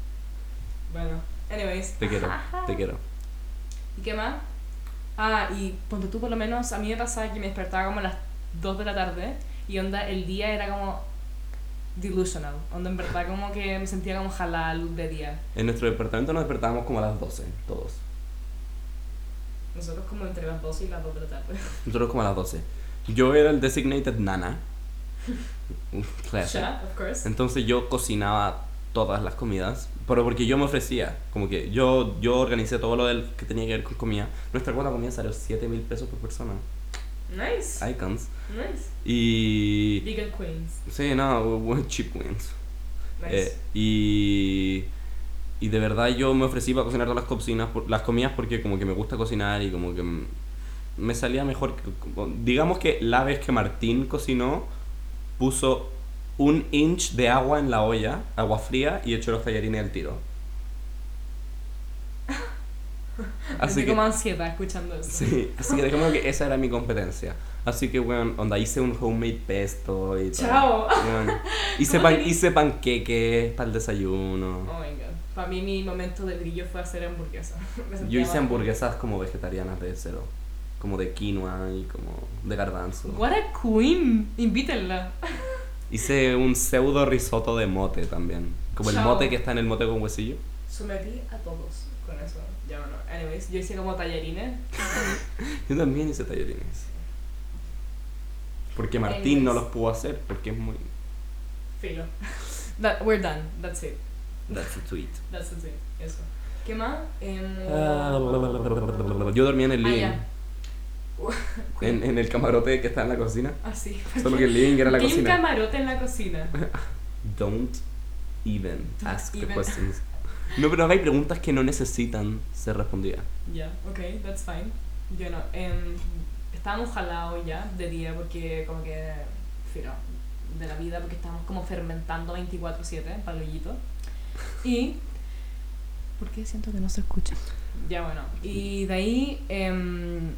Speaker 1: Bueno, anyways.
Speaker 2: te quiero, te quiero.
Speaker 1: ¿Y qué más? Ah, y ponte tú por lo menos, a mí me pasaba que me despertaba como a las 2 de la tarde y onda, el día era como delusional. Onda, en verdad, como que me sentía como jalada luz de día.
Speaker 2: En nuestro departamento nos despertábamos como a las 12, todos.
Speaker 1: Nosotros como entre las 12 y las 2 de la tarde.
Speaker 2: Nosotros como a las 12. Yo era el designated nana. Un clase.
Speaker 1: Ya, of course.
Speaker 2: Entonces yo cocinaba todas las comidas, pero porque yo me ofrecía, como que yo, yo organicé todo lo del, que tenía que ver con comida. Nuestra cuota de comida salió 7 mil pesos por persona,
Speaker 1: Nice.
Speaker 2: icons.
Speaker 1: Nice.
Speaker 2: Y...
Speaker 1: Vegan Queens.
Speaker 2: Sí, no, we- we cheap wins.
Speaker 1: Nice.
Speaker 2: Eh, y, y de verdad yo me ofrecí para cocinar todas las, cocinas, por- las comidas porque como que me gusta cocinar y como que mm, me salía mejor. que- como- digamos que la vez que Martín cocinó, puso un inch de agua en la olla, agua fría, y echó los tallarines al tiro.
Speaker 1: Así
Speaker 2: Así que,
Speaker 1: como ansiedad escuchando eso.
Speaker 2: sí, así que dejemos que esa era mi competencia. Así que, weón, onda, hice un homemade pesto y todo.
Speaker 1: Chao.
Speaker 2: Weón, hice,
Speaker 1: ¿Cómo
Speaker 2: pan,
Speaker 1: tenés-
Speaker 2: hice panqueques para el desayuno.
Speaker 1: Oh my god. Para mí mi momento de brillo fue hacer hamburguesa. Me sentía
Speaker 2: Yo hice
Speaker 1: mal.
Speaker 2: hamburguesas como vegetarianas de cero. Como de quinoa y como de garbanzo.
Speaker 1: What a queen. Invítenla.
Speaker 2: Hice un pseudo risotto de mote también. Como el
Speaker 1: Chao.
Speaker 2: mote que está en el mote con huesillo.
Speaker 1: Sometí a todos con eso. Ya bueno. Anyways, yo hice como tallarines.
Speaker 2: Yo también hice tallarines. Porque Martín
Speaker 1: Anyways.
Speaker 2: no los pudo hacer, porque es muy...
Speaker 1: Filo. That, we're done. That's it.
Speaker 2: That's a tweet.
Speaker 1: That's it. Eso. ¿Qué más? Em,
Speaker 2: Ah, Yo dormía en el
Speaker 1: Ah,
Speaker 2: living.
Speaker 1: ya.
Speaker 2: en, en el camarote que está en la cocina.
Speaker 1: Ah, sí.
Speaker 2: Solo que el living era la
Speaker 1: Tiene un
Speaker 2: cocina.
Speaker 1: camarote en la cocina.
Speaker 2: Don't even ask the
Speaker 1: even.
Speaker 2: questions. No, pero hay preguntas que no necesitan ser respondidas.
Speaker 1: Ya, okay, ok, that's fine. Yo no. em, estábamos jalados ya de día porque como que, filo, de la vida porque estábamos como fermentando 24/7, palollito. Y... ¿Por qué siento que no se escucha? Ya bueno. Y de ahí... em,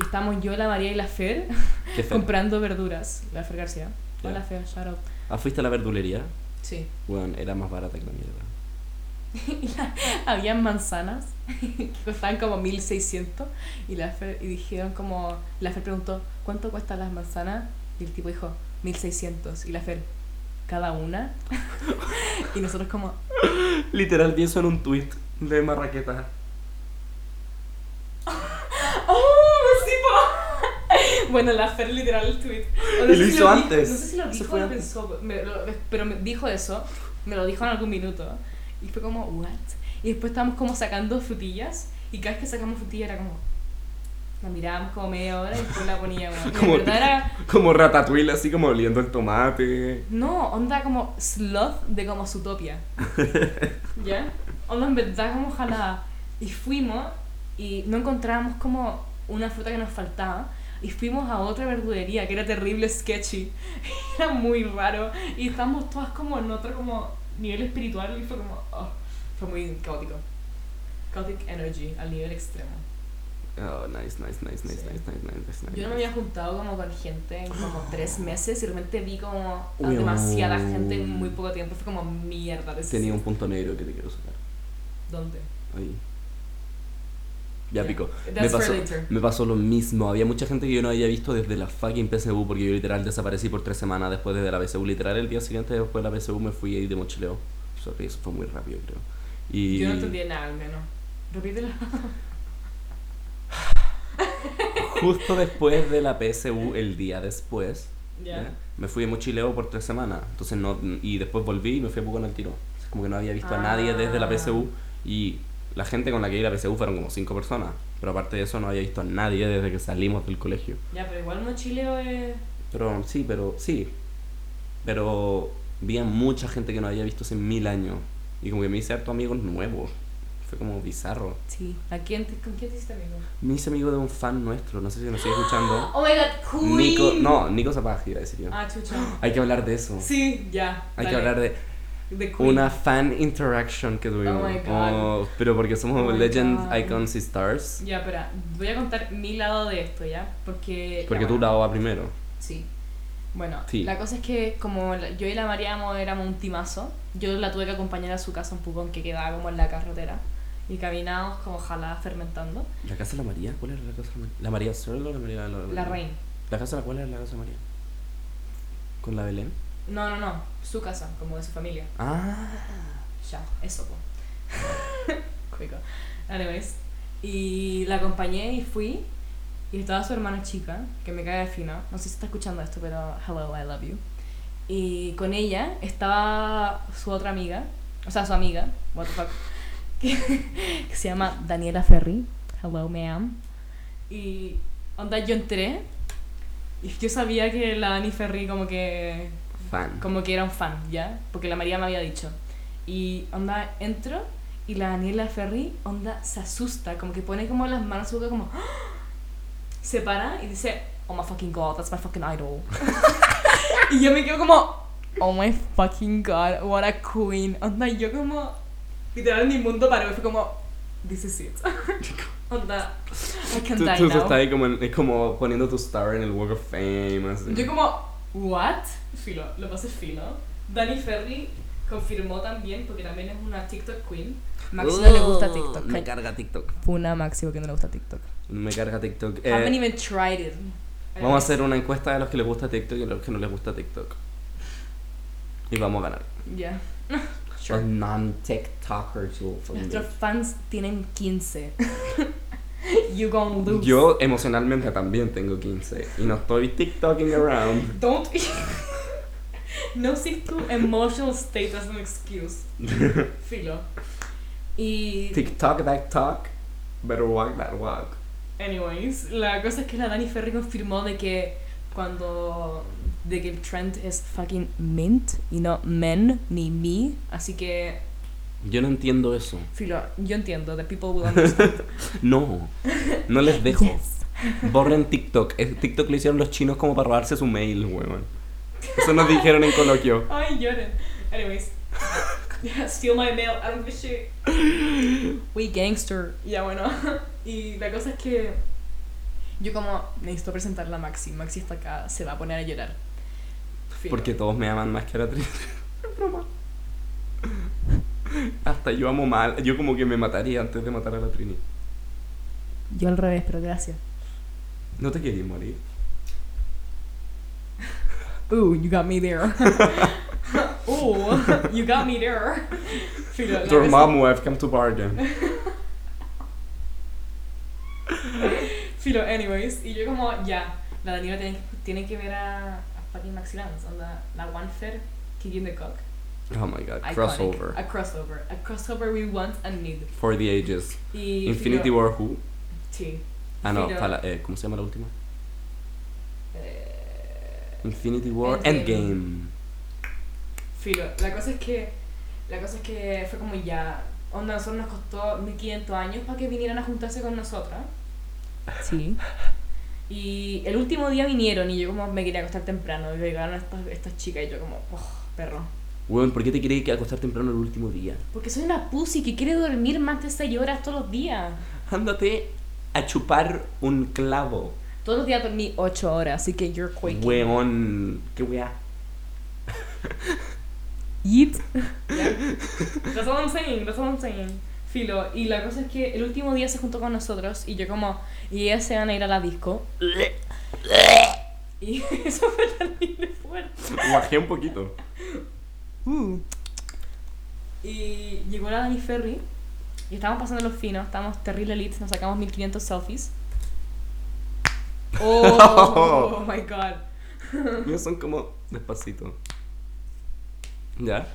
Speaker 1: estamos yo, la María y la Fer
Speaker 2: ¿Qué fue?
Speaker 1: comprando verduras. La Fer García.
Speaker 2: Ya.
Speaker 1: Hola Fer, shout out.
Speaker 2: Ah, fuiste a la verdulería.
Speaker 1: Sí.
Speaker 2: Bueno, era más barata que la mierda.
Speaker 1: Habían manzanas que costaban como 1600 y la Fer- y dijeron como la Fer preguntó, "¿Cuánto cuestan las manzanas?" y el tipo dijo, "1600." Y la Fer, "¿Cada una?" y nosotros como,
Speaker 2: Literal, vi eso en un tweet de Marraqueta.
Speaker 1: ¡Oh, tipo! Bueno, la Fer literal el tweet. O
Speaker 2: Y lo
Speaker 1: si
Speaker 2: hizo
Speaker 1: di-
Speaker 2: antes.
Speaker 1: No sé si lo
Speaker 2: Eso
Speaker 1: dijo
Speaker 2: fue
Speaker 1: o lo
Speaker 2: antes.
Speaker 1: pensó, me lo- pero me dijo eso, me lo dijo en algún minuto. Y fue como, ¿what? Y después estábamos como sacando frutillas. Y cada vez que sacamos frutilla era como. La mirábamos como media hora y después la poníamos. Y
Speaker 2: Como-
Speaker 1: en verdad era.
Speaker 2: Como ratatouille, así como oliendo el tomate.
Speaker 1: No, onda como sloth de como Zootopia. ¿Ya? Onda en verdad como jalada. Y fuimos y no encontrábamos como una fruta que nos faltaba. Y fuimos a otra verdulería que era terrible sketchy. Era muy raro. Y estábamos todas como en otro como nivel espiritual y fue como... oh, fue muy caótico. Chaotic energy al nivel extremo.
Speaker 2: Oh, nice, nice, nice, nice,
Speaker 1: Sí.
Speaker 2: nice, nice, nice, nice.
Speaker 1: Yo no me había juntado como con gente en como tres meses y realmente vi como a
Speaker 2: Uy,
Speaker 1: demasiada
Speaker 2: amor.
Speaker 1: gente en muy poco tiempo. Fue como mierda.
Speaker 2: Tenía
Speaker 1: necesito-
Speaker 2: un punto negro que te quiero sacar.
Speaker 1: ¿Dónde?
Speaker 2: Ahí. Ya
Speaker 1: Yeah.
Speaker 2: pico. Me
Speaker 1: That's for
Speaker 2: pasó,
Speaker 1: later.
Speaker 2: me pasó lo mismo. Había mucha gente que yo no había visto desde la fucking PSU porque yo literal desaparecí por tres semanas después de la PSU. Literal, el día siguiente después de la PSU me fui ahí de mochileo. Sorry, eso fue muy rápido, creo. Y...
Speaker 1: Yo no entendía nada al menos. Repítelo.
Speaker 2: Justo después de la PSU, el día después,
Speaker 1: Ya.
Speaker 2: ¿ya? me fui de mochileo por tres semanas. Entonces no, y después volví y me fui a poco en el tiro. Entonces, como que no había visto a nadie desde la
Speaker 1: Ah.
Speaker 2: PSU. Y la gente con la que iba a la PSU fueron como cinco personas. Pero aparte de eso, no había visto a nadie desde que salimos del colegio.
Speaker 1: Ya, pero igual mochileo es.
Speaker 2: Pero sí, pero sí. Pero vi a mucha gente que no había visto hace mil años. Y como que me hice harto amigos nuevos. Fue como bizarro.
Speaker 1: Sí. ¿A quién te- ¿Con quién te hiciste amigo?
Speaker 2: Me hice amigo de un fan nuestro, no sé si nos sigue escuchando.
Speaker 1: Oh my god, Queen.
Speaker 2: Nico, no, Nico Zapag iba a decir yo.
Speaker 1: Ah, chucha.
Speaker 2: Hay que hablar de eso.
Speaker 1: Sí, ya.
Speaker 2: Hay que hablar de
Speaker 1: de Queen.
Speaker 2: una fan interaction que tuvimos.
Speaker 1: Oh my God.
Speaker 2: Oh, pero porque somos
Speaker 1: Oh my
Speaker 2: Legend
Speaker 1: God.
Speaker 2: Icons y Stars.
Speaker 1: Ya, espera. Voy a contar mi lado de esto, ¿ya? Porque. ya,
Speaker 2: Porque tú
Speaker 1: bueno.
Speaker 2: la vas primero.
Speaker 1: Sí. Bueno,
Speaker 2: Sí.
Speaker 1: la cosa es que como la- yo y la Mariamo éramos un timazo, yo la tuve que acompañar a su casa en Pucón, que quedaba como en la carretera. Y caminábamos como jalada fermentando.
Speaker 2: ¿La casa de la María? ¿Cuál era la casa de la María? ¿La María Solo o la María la,
Speaker 1: La reina.
Speaker 2: ¿La casa de la cuál era la casa de María? ¿Con la Belén?
Speaker 1: No, no, no. Su casa, como de su familia.
Speaker 2: Ah.
Speaker 1: Ya, eso, po. Cuico. Anyways. Y la acompañé y fui. Y estaba su hermana chica, que me cae de fino. No sé si está escuchando esto, pero hello, I love you. Y con ella estaba su otra amiga, o sea, su amiga, what the fuck, que, que se llama Daniela Ferry. Hello, ma'am. Y onda, yo entré. Y yo sabía que la Dani Ferry, como que
Speaker 2: Fan.
Speaker 1: como que era un fan, ¿ya? Porque la María me había dicho. Y onda, entro y la Daniela Ferri, onda, se asusta, como que pone como las manos en su boca como... ¡Ah! Se para y dice, oh my fucking god, that's my fucking idol. y yo me quedo como, oh my fucking god, what a queen. Onda, yo como, literal mi mundo paró y fue como, This is it. Onda, I
Speaker 2: Tú,
Speaker 1: can
Speaker 2: tú,
Speaker 1: die
Speaker 2: tú
Speaker 1: now.
Speaker 2: estás ahí como, en- es como poniendo tu star en el Walk of Fame. Así.
Speaker 1: Yo como, ¿what? Filo, lo pasé filo. Dani Ferri confirmó también, porque también es una TikTok queen. Maxi no le gusta TikTok.
Speaker 2: Oh, Me carga TikTok.
Speaker 1: Funa Maxi porque no le gusta TikTok.
Speaker 2: Me carga TikTok. Eh,
Speaker 1: Haven't even tried it.
Speaker 2: vamos a hacer una encuesta de los que les gusta TikTok y de los que no les gusta TikTok. Y vamos a ganar.
Speaker 1: Yeah.
Speaker 2: Los non-TikTokers will vote.
Speaker 1: Nuestros fans tienen 15. you gonna lose.
Speaker 2: Yo emocionalmente también tengo 15 y no estoy TikToking around.
Speaker 1: Don't. no seas tu emotional state as an excuse. Filo. Y.
Speaker 2: TikTok that talk, better walk that walk.
Speaker 1: Anyways, la cosa es que la Dani Ferri confirmó de que cuando. de que el trend es fucking mint y no men ni me. Así que,
Speaker 2: Yo no entiendo eso.
Speaker 1: filo, yo entiendo, the people will understand.
Speaker 2: No, no les dejo.
Speaker 1: Yes.
Speaker 2: Borren TikTok. Es- TikTok lo hicieron los chinos como para robarse su mail, weón. Eso nos dijeron en coloquio.
Speaker 1: Ay, lloren. Anyways. Yeah, steal my mail, I don't give a shit. We gangster. Ya bueno. Y la cosa es que yo como necesito presentarla a Maxi. Maxi está acá, se va a poner a llorar. Filo.
Speaker 2: Porque todos me aman más que la triste. Broma. Hasta yo amo mal. Yo como que me mataría antes de matar a la Trini.
Speaker 1: Yo al revés, pero gracias.
Speaker 2: ¿No te querías morir?
Speaker 1: Ooh, you got me there. Ooh, you got me there. Filo, la
Speaker 2: Your
Speaker 1: cosa-
Speaker 2: mom will have come to bargain.
Speaker 1: Filo, anyways. Y yo como, ya, la Daniela tiene, tiene que ver a, a fucking Maxi Lance, onda, la One Fair Kicking the Cock.
Speaker 2: Oh my god,
Speaker 1: Iconic.
Speaker 2: crossover.
Speaker 1: A crossover. A crossover we want and need.
Speaker 2: For the ages.
Speaker 1: Y
Speaker 2: Infinity
Speaker 1: Filo-
Speaker 2: War Who.
Speaker 1: Sí.
Speaker 2: Ah no,
Speaker 1: Filo-
Speaker 2: para, eh, ¿cómo se llama la última?
Speaker 1: Eh,
Speaker 2: Infinity War
Speaker 1: Endgame.
Speaker 2: Endgame.
Speaker 1: Filo, la cosa es que la cosa es que fue como ya, onda, a nosotros nos costó 1500 años para que vinieran a juntarse con nosotras. Sí. Y el último día vinieron y yo como me quería acostar temprano y llegaron estas, estas chicas y yo como, oh, perro.
Speaker 2: Weón, ¿por qué te querías que acostar temprano el último día?
Speaker 1: Porque soy una pussy que quiere dormir más de 6 horas todos los días.
Speaker 2: Ándate a chupar un clavo.
Speaker 1: Todos los días dormí 8 horas, así que you're quaking.
Speaker 2: Weón, qué weá.
Speaker 1: Yeet. That's what I'm saying, that's what I'm saying. Filo, y la cosa es que el último día se juntó con nosotros y yo como, y ellas se van a ir a la disco. y eso fue terrible fuerte.
Speaker 2: Guajé un poquito.
Speaker 1: Y llegó la Dani Ferry y estábamos pasando los finos, estábamos terrible elites, nos sacamos 1500 selfies. Oh, my god.
Speaker 2: Míos son como despacito. ¿Ya?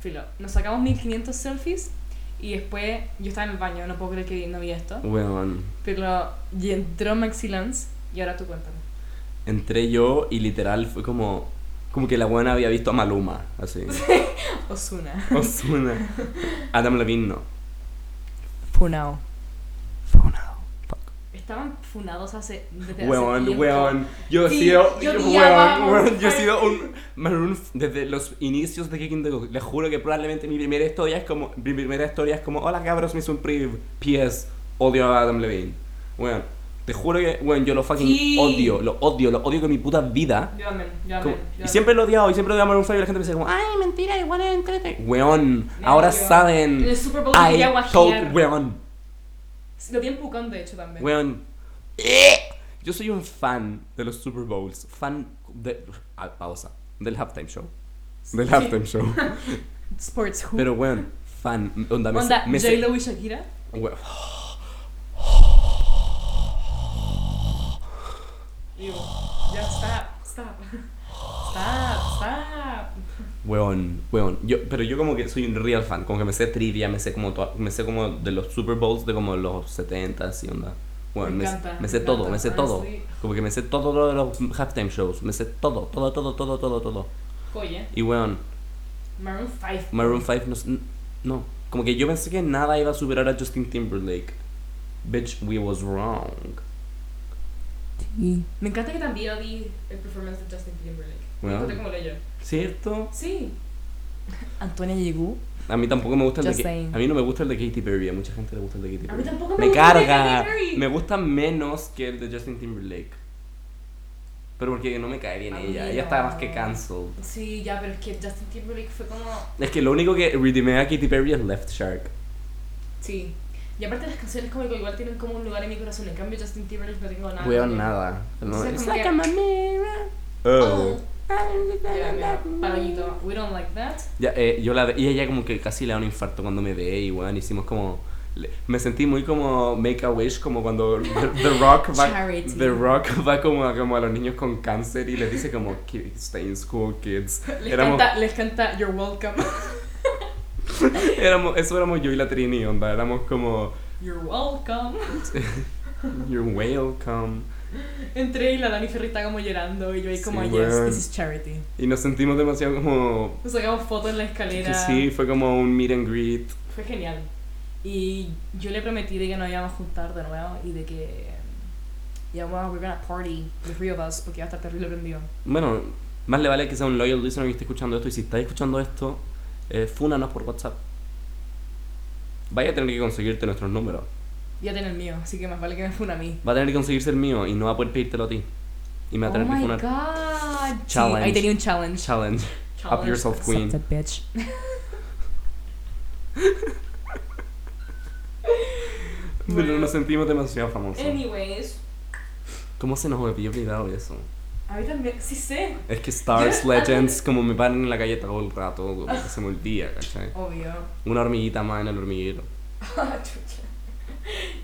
Speaker 1: Filo, nos sacamos 1500 selfies y después yo estaba en el baño, no puedo creer que no vi esto.
Speaker 2: Weón.
Speaker 1: Pero y entró Maxi Lance y ahora tú cuéntame.
Speaker 2: Entré yo y literal fue como. Como que la buena había visto a Maluma, así.
Speaker 1: Osuna.
Speaker 2: Ozuna. Adam Levine no.
Speaker 1: Funao.
Speaker 2: Funado.
Speaker 1: Estaban funados hace desde hace
Speaker 2: Weón,
Speaker 1: tiempo.
Speaker 2: weón. Yo he
Speaker 1: Sí,
Speaker 2: sido.
Speaker 1: yo
Speaker 2: weón,
Speaker 1: odiaba a
Speaker 2: weón,
Speaker 1: Maroon
Speaker 2: yo he
Speaker 1: five.
Speaker 2: sido un. Maroon f- desde los inicios de Kicking the Goal. Les juro que probablemente mi primera historia es como. Mi primera historia es como. Hola cabros, me hice un priv. PS. Odio a Adam Levine. Weón. Te juro que. Weón, yo lo fucking
Speaker 1: Sí.
Speaker 2: odio. Lo odio, lo odio con mi puta vida.
Speaker 1: Yo amén, yo amén.
Speaker 2: Como-
Speaker 1: yo
Speaker 2: y
Speaker 1: amén.
Speaker 2: siempre lo he odiado, y siempre lo odiaba a Maroon 5 y la gente me dice como, ay, mentira, igual es entrete. Weón, ahora
Speaker 1: Nervio.
Speaker 2: saben.
Speaker 1: En el Super Bowl te
Speaker 2: I
Speaker 1: quería guajear.
Speaker 2: told, weón,
Speaker 1: Lo vi en Pucón, de hecho, también.
Speaker 2: Weón.
Speaker 1: eh.
Speaker 2: Yo soy un fan de los Super Bowls. Fan de. ah, pausa. Del halftime show. Del
Speaker 1: Sí.
Speaker 2: halftime show.
Speaker 1: Sports Who.
Speaker 2: Pero weón, fan. Onda, me,
Speaker 1: Onda,
Speaker 2: me sé-
Speaker 1: J-Lo y Shakira.
Speaker 2: weón,
Speaker 1: Y yo, ya, stop, stop. Stop, stop.
Speaker 2: Weón, weón. Yo, pero yo como que soy un real fan. Como que me sé trivia, me sé como, toda- me sé como de los Super Bowls de como los 70 y onda. Weón,
Speaker 1: Me
Speaker 2: me,
Speaker 1: encanta,
Speaker 2: me sé
Speaker 1: me
Speaker 2: todo,
Speaker 1: encanta,
Speaker 2: me sé todo.
Speaker 1: honestly.
Speaker 2: Como que me sé todo lo de los halftime shows. Me sé todo, todo, todo, todo, todo, todo.
Speaker 1: Oye,
Speaker 2: Y weón,
Speaker 1: Maroon 5.
Speaker 2: Maroon 5 no, s- no. Como que yo pensé que nada iba a superar a Justin Timberlake. Bitch, we was wrong.
Speaker 1: Me encanta que también vi el performance de Justin Timberlake.
Speaker 2: Bueno.
Speaker 1: Me encontré como leyó.
Speaker 2: ¿Cierto?
Speaker 1: Sí. Antonia llegó.
Speaker 2: A mí tampoco me gusta el
Speaker 1: Just
Speaker 2: de Ka-
Speaker 1: saying.
Speaker 2: A mí no me gusta el de Katy Perry. A mucha gente le gusta el de Katy Perry.
Speaker 1: tampoco
Speaker 2: me
Speaker 1: gusta el de
Speaker 2: carga.
Speaker 1: Katy Perry.
Speaker 2: Me gusta menos que el de Justin Timberlake. Pero porque no me cae bien
Speaker 1: A mí
Speaker 2: ella. Ella está
Speaker 1: no.
Speaker 2: más que cancelled.
Speaker 1: Sí, ya, pero es que Justin Timberlake fue como.
Speaker 2: Es que lo único que redime a Katy Perry es Left Shark.
Speaker 1: Sí. Y aparte las canciones como que igual tienen como un lugar en mi corazón. En cambio Justin Timberlake no tengo nada.
Speaker 2: Weón, nada. No,
Speaker 1: Entonces,
Speaker 2: es-
Speaker 1: como que-
Speaker 2: Oh.
Speaker 1: Ya, mira, palomito. We don't like that.
Speaker 2: Ya, eh, yo la ve- y ella como que casi le da un infarto cuando me ve y weón, hicimos como le- me sentí muy como Make a Wish como cuando The, The Rock va
Speaker 1: Charity.
Speaker 2: The Rock va como a, como a los niños con cáncer y les dice como "Ki- stay in school kids
Speaker 1: Les,
Speaker 2: éramos,
Speaker 1: canta, les canta You're Welcome.
Speaker 2: éramos eso éramos yo y la Trini onda éramos como
Speaker 1: You're Welcome.
Speaker 2: you're welcome
Speaker 1: Entré y la Dani Ferri está como llorando. Y yo ahí como,
Speaker 2: Sí,
Speaker 1: yes,
Speaker 2: weón.
Speaker 1: this is charity.
Speaker 2: y nos sentimos demasiado como
Speaker 1: Nos sacamos fotos en la
Speaker 2: que
Speaker 1: escalera.
Speaker 2: sí fue como un meet and greet
Speaker 1: Fue genial. Y yo le prometí de que nos íbamos a juntar de nuevo y de que íbamos a we're gonna party, the three of us, porque iba a estar terrible prendido.
Speaker 2: bueno más le vale que sea un loyal listener que esté escuchando esto y si estáis escuchando esto eh, fúnanos por WhatsApp vaya a tener que conseguirte nuestros números
Speaker 1: Ya tiene el mío, así que más vale que me fune a mí.
Speaker 2: va a tener que conseguirse el mío y no va a poder pedírtelo a ti y me va a
Speaker 1: oh
Speaker 2: tener que
Speaker 1: my
Speaker 2: funar
Speaker 1: god. Sí,
Speaker 2: Challenge.
Speaker 1: ahí tenía un challenge.
Speaker 2: challenge up
Speaker 1: Challenge.
Speaker 2: yourself queen
Speaker 1: Suck that bitch.
Speaker 2: pero nos sentimos demasiado famosos
Speaker 1: Anyways,
Speaker 2: ¿cómo se nos había olvidado eso?
Speaker 1: a mí también, sí sé.
Speaker 2: es que stars legends como me paran en la calle todo el rato como que se me olvida ¿cachai?
Speaker 1: Obvio. Ah,
Speaker 2: una hormiguita más en el hormiguero
Speaker 1: Chucha.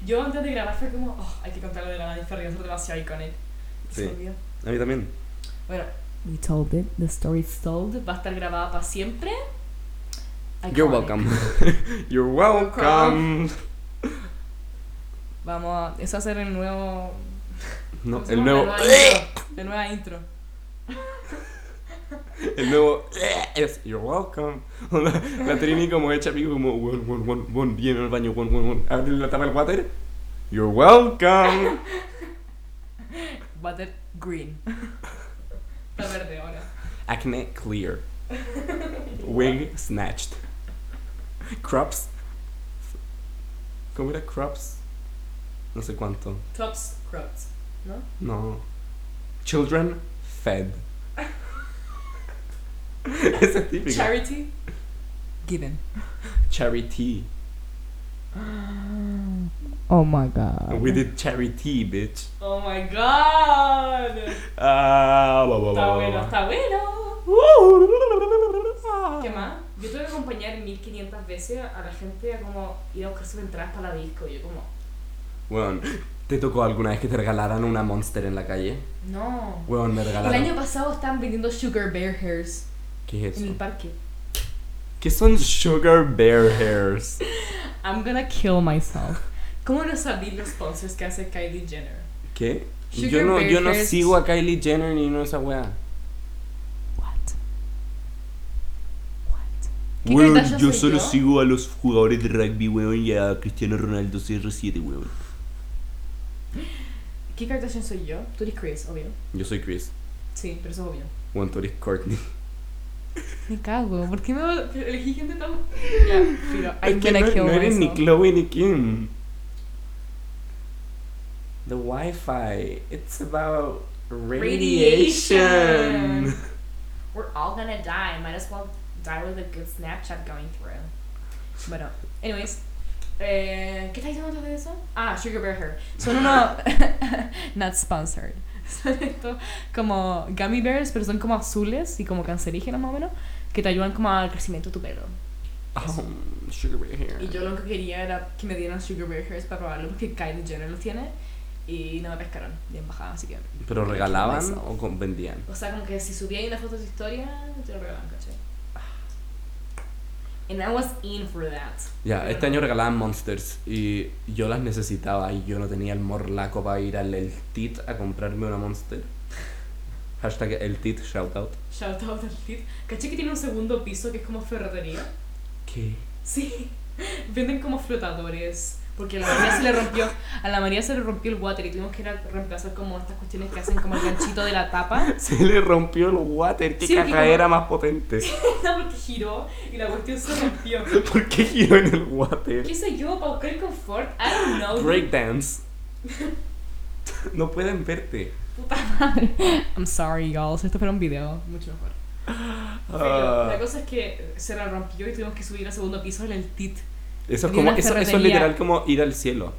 Speaker 1: yo antes de grabar fue como, oh, hay que contar lo de la Dani Ferri, es demasiado icónico. Y se
Speaker 2: Sí.
Speaker 1: me olvidó.
Speaker 2: a mí también
Speaker 1: Bueno, we told it, the story is told, va a estar grabada para siempre.
Speaker 2: you're
Speaker 1: Iconic.
Speaker 2: welcome you're welcome
Speaker 1: Vamos a. Eso va a ser el nuevo.
Speaker 2: no,
Speaker 1: ¿cómo se
Speaker 2: el
Speaker 1: llama?
Speaker 2: nuevo
Speaker 1: La nueva intro. La nueva intro.
Speaker 2: El nuevo eh, es You're welcome. La Trini como hecha pico como "Weón, weón, weón, weón, viene al baño, one, one, one. Abre la tapa del water. You're welcome.
Speaker 1: Water green. Está verde ahora.
Speaker 2: Acne clear. Wig snatched. Crops. ¿Cómo era crops? No sé cuánto.
Speaker 1: Tops, crops. ¿No?
Speaker 2: No. Children fed. Ese es típico.
Speaker 1: Charity. Given.
Speaker 2: Charity.
Speaker 1: Oh my god.
Speaker 2: We did charity, bitch.
Speaker 1: Oh my god.
Speaker 2: Ah, bla, bla, bla,
Speaker 1: Está
Speaker 2: bla,
Speaker 1: bueno,
Speaker 2: bla.
Speaker 1: está bueno. ¿Qué
Speaker 2: Ah.
Speaker 1: más? Yo tuve que acompañar 1500 veces a la gente a como ir a buscar sus entradas para la disco. Y yo, como,
Speaker 2: Weón, ¿te tocó alguna vez que te regalaran una Monster en la calle?
Speaker 1: no.
Speaker 2: Weón, me
Speaker 1: El
Speaker 2: regalaron.
Speaker 1: año pasado estaban vendiendo Sugar Bear Hairs
Speaker 2: ¿Qué es
Speaker 1: en el
Speaker 2: eso?
Speaker 1: parque.
Speaker 2: ¿Qué son Sugar Bear Hairs?
Speaker 1: I'm gonna kill myself. ¿Cómo no sabí los sponsors que hace Kylie Jenner?
Speaker 2: ¿Qué? yo
Speaker 1: Sugar
Speaker 2: no,
Speaker 1: Bear
Speaker 2: yo no
Speaker 1: Hairs.
Speaker 2: sigo a Kylie Jenner ni no esa weá.
Speaker 1: What? ¿Qué
Speaker 4: Weón,
Speaker 1: Kardashian
Speaker 4: yo
Speaker 1: soy
Speaker 4: solo
Speaker 1: yo?
Speaker 4: sigo a los jugadores de rugby, weón, y a Cristiano Ronaldo CR7, weón.
Speaker 1: ¿Qué Kardashian soy yo? Tú eres Chris, obvio.
Speaker 2: Yo soy Chris.
Speaker 1: Sí, pero eso es obvio.
Speaker 2: Weón, tú eres Courtney.
Speaker 1: Me cago, ¿por qué me elegí gente tan.? Ya, filo. I'm
Speaker 2: Es que
Speaker 1: gonna
Speaker 2: no,
Speaker 1: kill
Speaker 2: no eres ni
Speaker 1: myself.
Speaker 2: Chloe ni Kim. The Wi-Fi. It's about
Speaker 1: Radiation.
Speaker 2: radiation.
Speaker 1: We're all gonna die. Might as well die with a good Snapchat going through. Bueno, anyways. Eh, ¿Qué estáis diciendo antes de eso? Ah, Sugar Bear Hair. Son unos. Not sponsored. Son estos como gummy bears, pero son como azules y como cancerígenos más o menos, que te ayudan como al crecimiento de tu pelo.
Speaker 2: Oh, sugar Bear Hairs.
Speaker 1: Y yo lo que quería era que me dieran Sugar Bear Hairs para probarlo porque Kylie Jenner los tiene y no me pescaron bien bajada, así que.
Speaker 2: ¿Pero regalaban o con- vendían?
Speaker 1: O sea, como que si subía ahí una foto de su historia, te lo regalaban, ¿cachai? And I was in for that.
Speaker 2: Ya,
Speaker 1: Pero
Speaker 2: este
Speaker 1: no.
Speaker 2: año regalaban Monsters y yo las necesitaba y yo no tenía el morlaco para ir al El Tit a comprarme una Monster. Hashtag El Tit, shoutout.
Speaker 1: Shout out al Tit. ¿Cachai que tiene un segundo piso que es como ferretería?
Speaker 2: ¿Qué?
Speaker 1: Sí. Venden como flotadores. Porque a la María se le rompió, a la María se le rompió el water y tuvimos que ir a reemplazar como estas cuestiones que hacen como el ganchito de la tapa.
Speaker 2: Se le rompió el water, qué
Speaker 1: Sí, porque
Speaker 2: cagadera más potente.
Speaker 1: No, porque giró y la cuestión se rompió.
Speaker 2: ¿Por qué giró en el water?
Speaker 1: ¿Qué sé yo? ¿Para buscar el confort? I don't know.
Speaker 2: Breakdance. No pueden verte.
Speaker 1: Puta madre. I'm sorry, y'all. Esto fue un video mucho mejor. Pero
Speaker 2: Ah,
Speaker 1: la cosa es que se la rompió y tuvimos que subir al segundo piso en el TIT.
Speaker 2: eso, es
Speaker 1: vi
Speaker 2: como,
Speaker 1: una
Speaker 2: eso, eso es
Speaker 1: ferretería.
Speaker 2: literal como ir al cielo.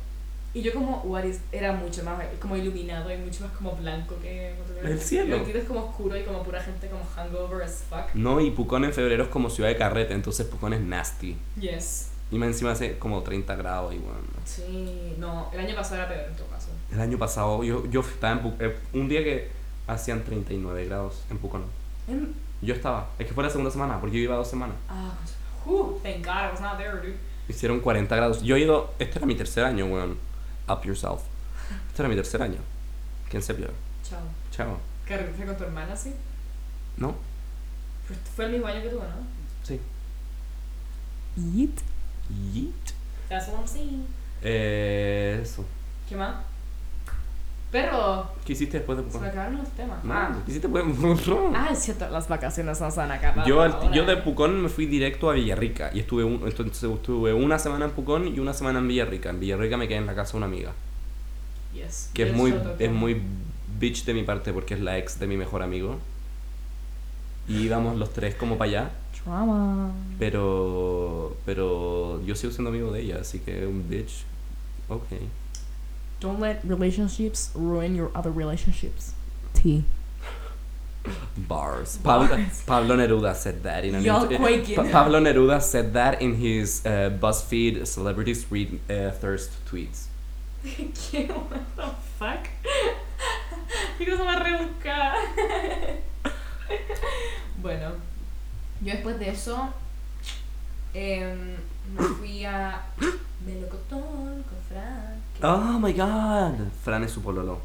Speaker 1: Y yo como, what is- era mucho más como iluminado y mucho más como blanco que...
Speaker 2: El cielo.
Speaker 1: El TIT es como oscuro y como pura gente como hangover as fuck.
Speaker 2: No, y Pucón en febrero es como ciudad de carrete, entonces Pucón es nasty.
Speaker 1: Yes.
Speaker 2: Y más encima hace como 30 grados y bueno.
Speaker 1: Sí. No, el año pasado era peor en todo caso.
Speaker 2: El año pasado yo, yo estaba en Puc- eh, un día que hacían 39 grados en Pucón.
Speaker 1: En-
Speaker 2: Yo estaba, es que fue la segunda semana, porque yo iba dos semanas.
Speaker 1: Ah, whew, thank God I was not there, dude.
Speaker 2: Hicieron 40 grados. Yo he ido, este era mi tercer año, weón. Up yourself. Este era mi tercer año. ¿Quién se pierde?
Speaker 1: Chao.
Speaker 2: Chao.
Speaker 1: ¿Que regresé con tu hermana, sí?
Speaker 2: ¿No?
Speaker 1: Pero fue el mismo año que tú, ¿no?
Speaker 2: Sí.
Speaker 1: Yeet.
Speaker 2: Yeet.
Speaker 1: That's what I'm saying.
Speaker 2: Eh, eso.
Speaker 1: ¿Qué más? Perro,
Speaker 2: ¿Qué hiciste después de
Speaker 1: se
Speaker 2: Pucón?
Speaker 1: me acabaron los temas.
Speaker 2: Nada, ¿qué hiciste después de Pucón?
Speaker 1: Ah, es cierto, las vacaciones no se han acabado.
Speaker 2: Yo, al-
Speaker 1: ahora.
Speaker 2: yo de Pucón me fui directo a Villarrica y estuve, un- entonces estuve una semana en Pucón y una semana en Villarrica. En Villarrica me quedé en la casa de una amiga,
Speaker 1: Yes.
Speaker 2: que es
Speaker 1: Del
Speaker 2: muy,
Speaker 1: Soto,
Speaker 2: es
Speaker 1: ¿no?
Speaker 2: muy bitch de mi parte porque es la ex de mi mejor amigo. Y íbamos los tres como para allá,
Speaker 1: Drama.
Speaker 2: pero, pero yo sigo siendo amigo de ella, así que un bitch. Ok.
Speaker 1: Don't let relationships ruin your other relationships. T.
Speaker 2: Bars. Pablo, Pablo Neruda said that in an
Speaker 1: Y'all
Speaker 2: inter-
Speaker 1: quaking.
Speaker 2: Pa- Pablo Neruda said that in his uh, BuzzFeed celebrities read uh, thirst tweets.
Speaker 1: ¿Qué? What the fuck? Qué cosa más rebuscada. bueno, yo después de eso em, me fui a Melocotón con Fran. que-
Speaker 2: Oh my god. Fran es su pololo.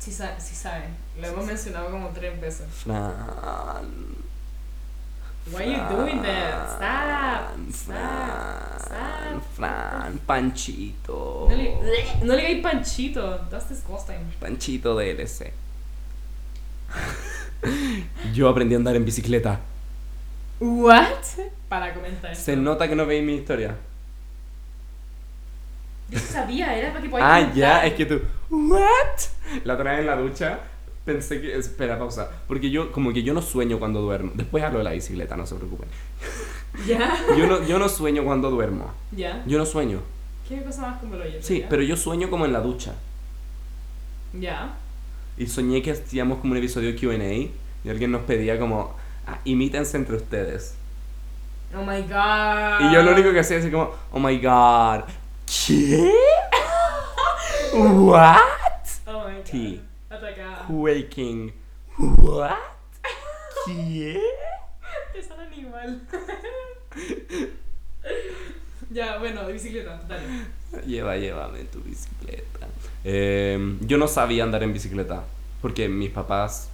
Speaker 1: Sí, sa- sí saben, lo hemos mencionado como tres veces.
Speaker 2: Fran.
Speaker 1: Why are you doing that? Stop. Stop.
Speaker 2: Fran,
Speaker 1: Stop.
Speaker 2: Fran, Panchito.
Speaker 1: No le, no le digáis panchito. That's disgusting.
Speaker 2: Panchito DLC. Yo aprendí a andar en bicicleta.
Speaker 1: What? Para comentar.
Speaker 2: Se nota que no veis mi historia.
Speaker 1: Yo sabía, era para que podáis
Speaker 2: Ah,
Speaker 1: comentar.
Speaker 2: ya, es que tú. ¿What? La otra vez en la ducha pensé que. Espera, pausa. Porque yo, como que yo no sueño cuando duermo. Después hablo de la bicicleta, no se preocupen.
Speaker 1: Ya,
Speaker 2: Yo no, yo no sueño cuando duermo.
Speaker 1: ya.
Speaker 2: Yo no sueño.
Speaker 1: ¿Qué cosa más como lo oyes?
Speaker 2: Sí,
Speaker 1: ya?
Speaker 2: pero yo sueño como en la ducha.
Speaker 1: Ya.
Speaker 2: Y soñé que hacíamos como un episodio QA y alguien nos pedía como, "Ah, imítense entre ustedes.
Speaker 1: Oh my god.
Speaker 2: Y yo lo único que hacía es como, oh my god, ¿qué? ¿What?
Speaker 1: Oh my god.
Speaker 2: Sí.
Speaker 1: Atacada.
Speaker 2: Quaking, ¿what? ¿Qué?
Speaker 1: Te salen igual. ya, bueno, de bicicleta, dale.
Speaker 2: Lleva, llévame tu bicicleta. Eh, yo no sabía andar en bicicleta porque mis papás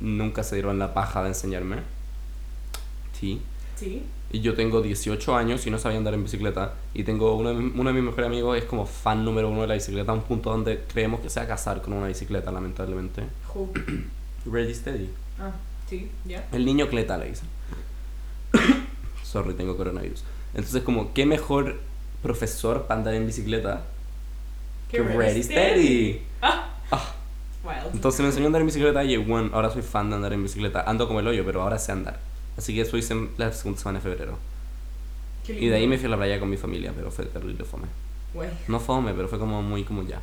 Speaker 2: nunca se dieron la paja de enseñarme. Sí.
Speaker 1: Sí.
Speaker 2: Y yo tengo 18 años y no sabía andar en bicicleta. Y tengo uno de, mi- uno de mis mejores amigos, es como fan número uno de la bicicleta, a un punto donde creemos que se va a casar con una bicicleta, lamentablemente.
Speaker 1: Who?
Speaker 2: Ready Steady.
Speaker 1: Ah, sí, ya.
Speaker 2: El niño cleta le dicen. Sorry, tengo coronavirus. Entonces, como, ¿qué mejor profesor para andar en bicicleta que Ready Steady?
Speaker 1: Wild.
Speaker 2: Entonces me enseñó a andar en bicicleta y, bueno, ahora soy fan de andar en bicicleta. Ando como el hoyo, pero ahora sé andar. Así que eso hice en la segunda semana de febrero.
Speaker 1: Qué
Speaker 2: Y de ahí me fui a la playa con mi familia, pero fue terrible fome.
Speaker 1: Güey,
Speaker 2: No fome, pero fue como muy como ya.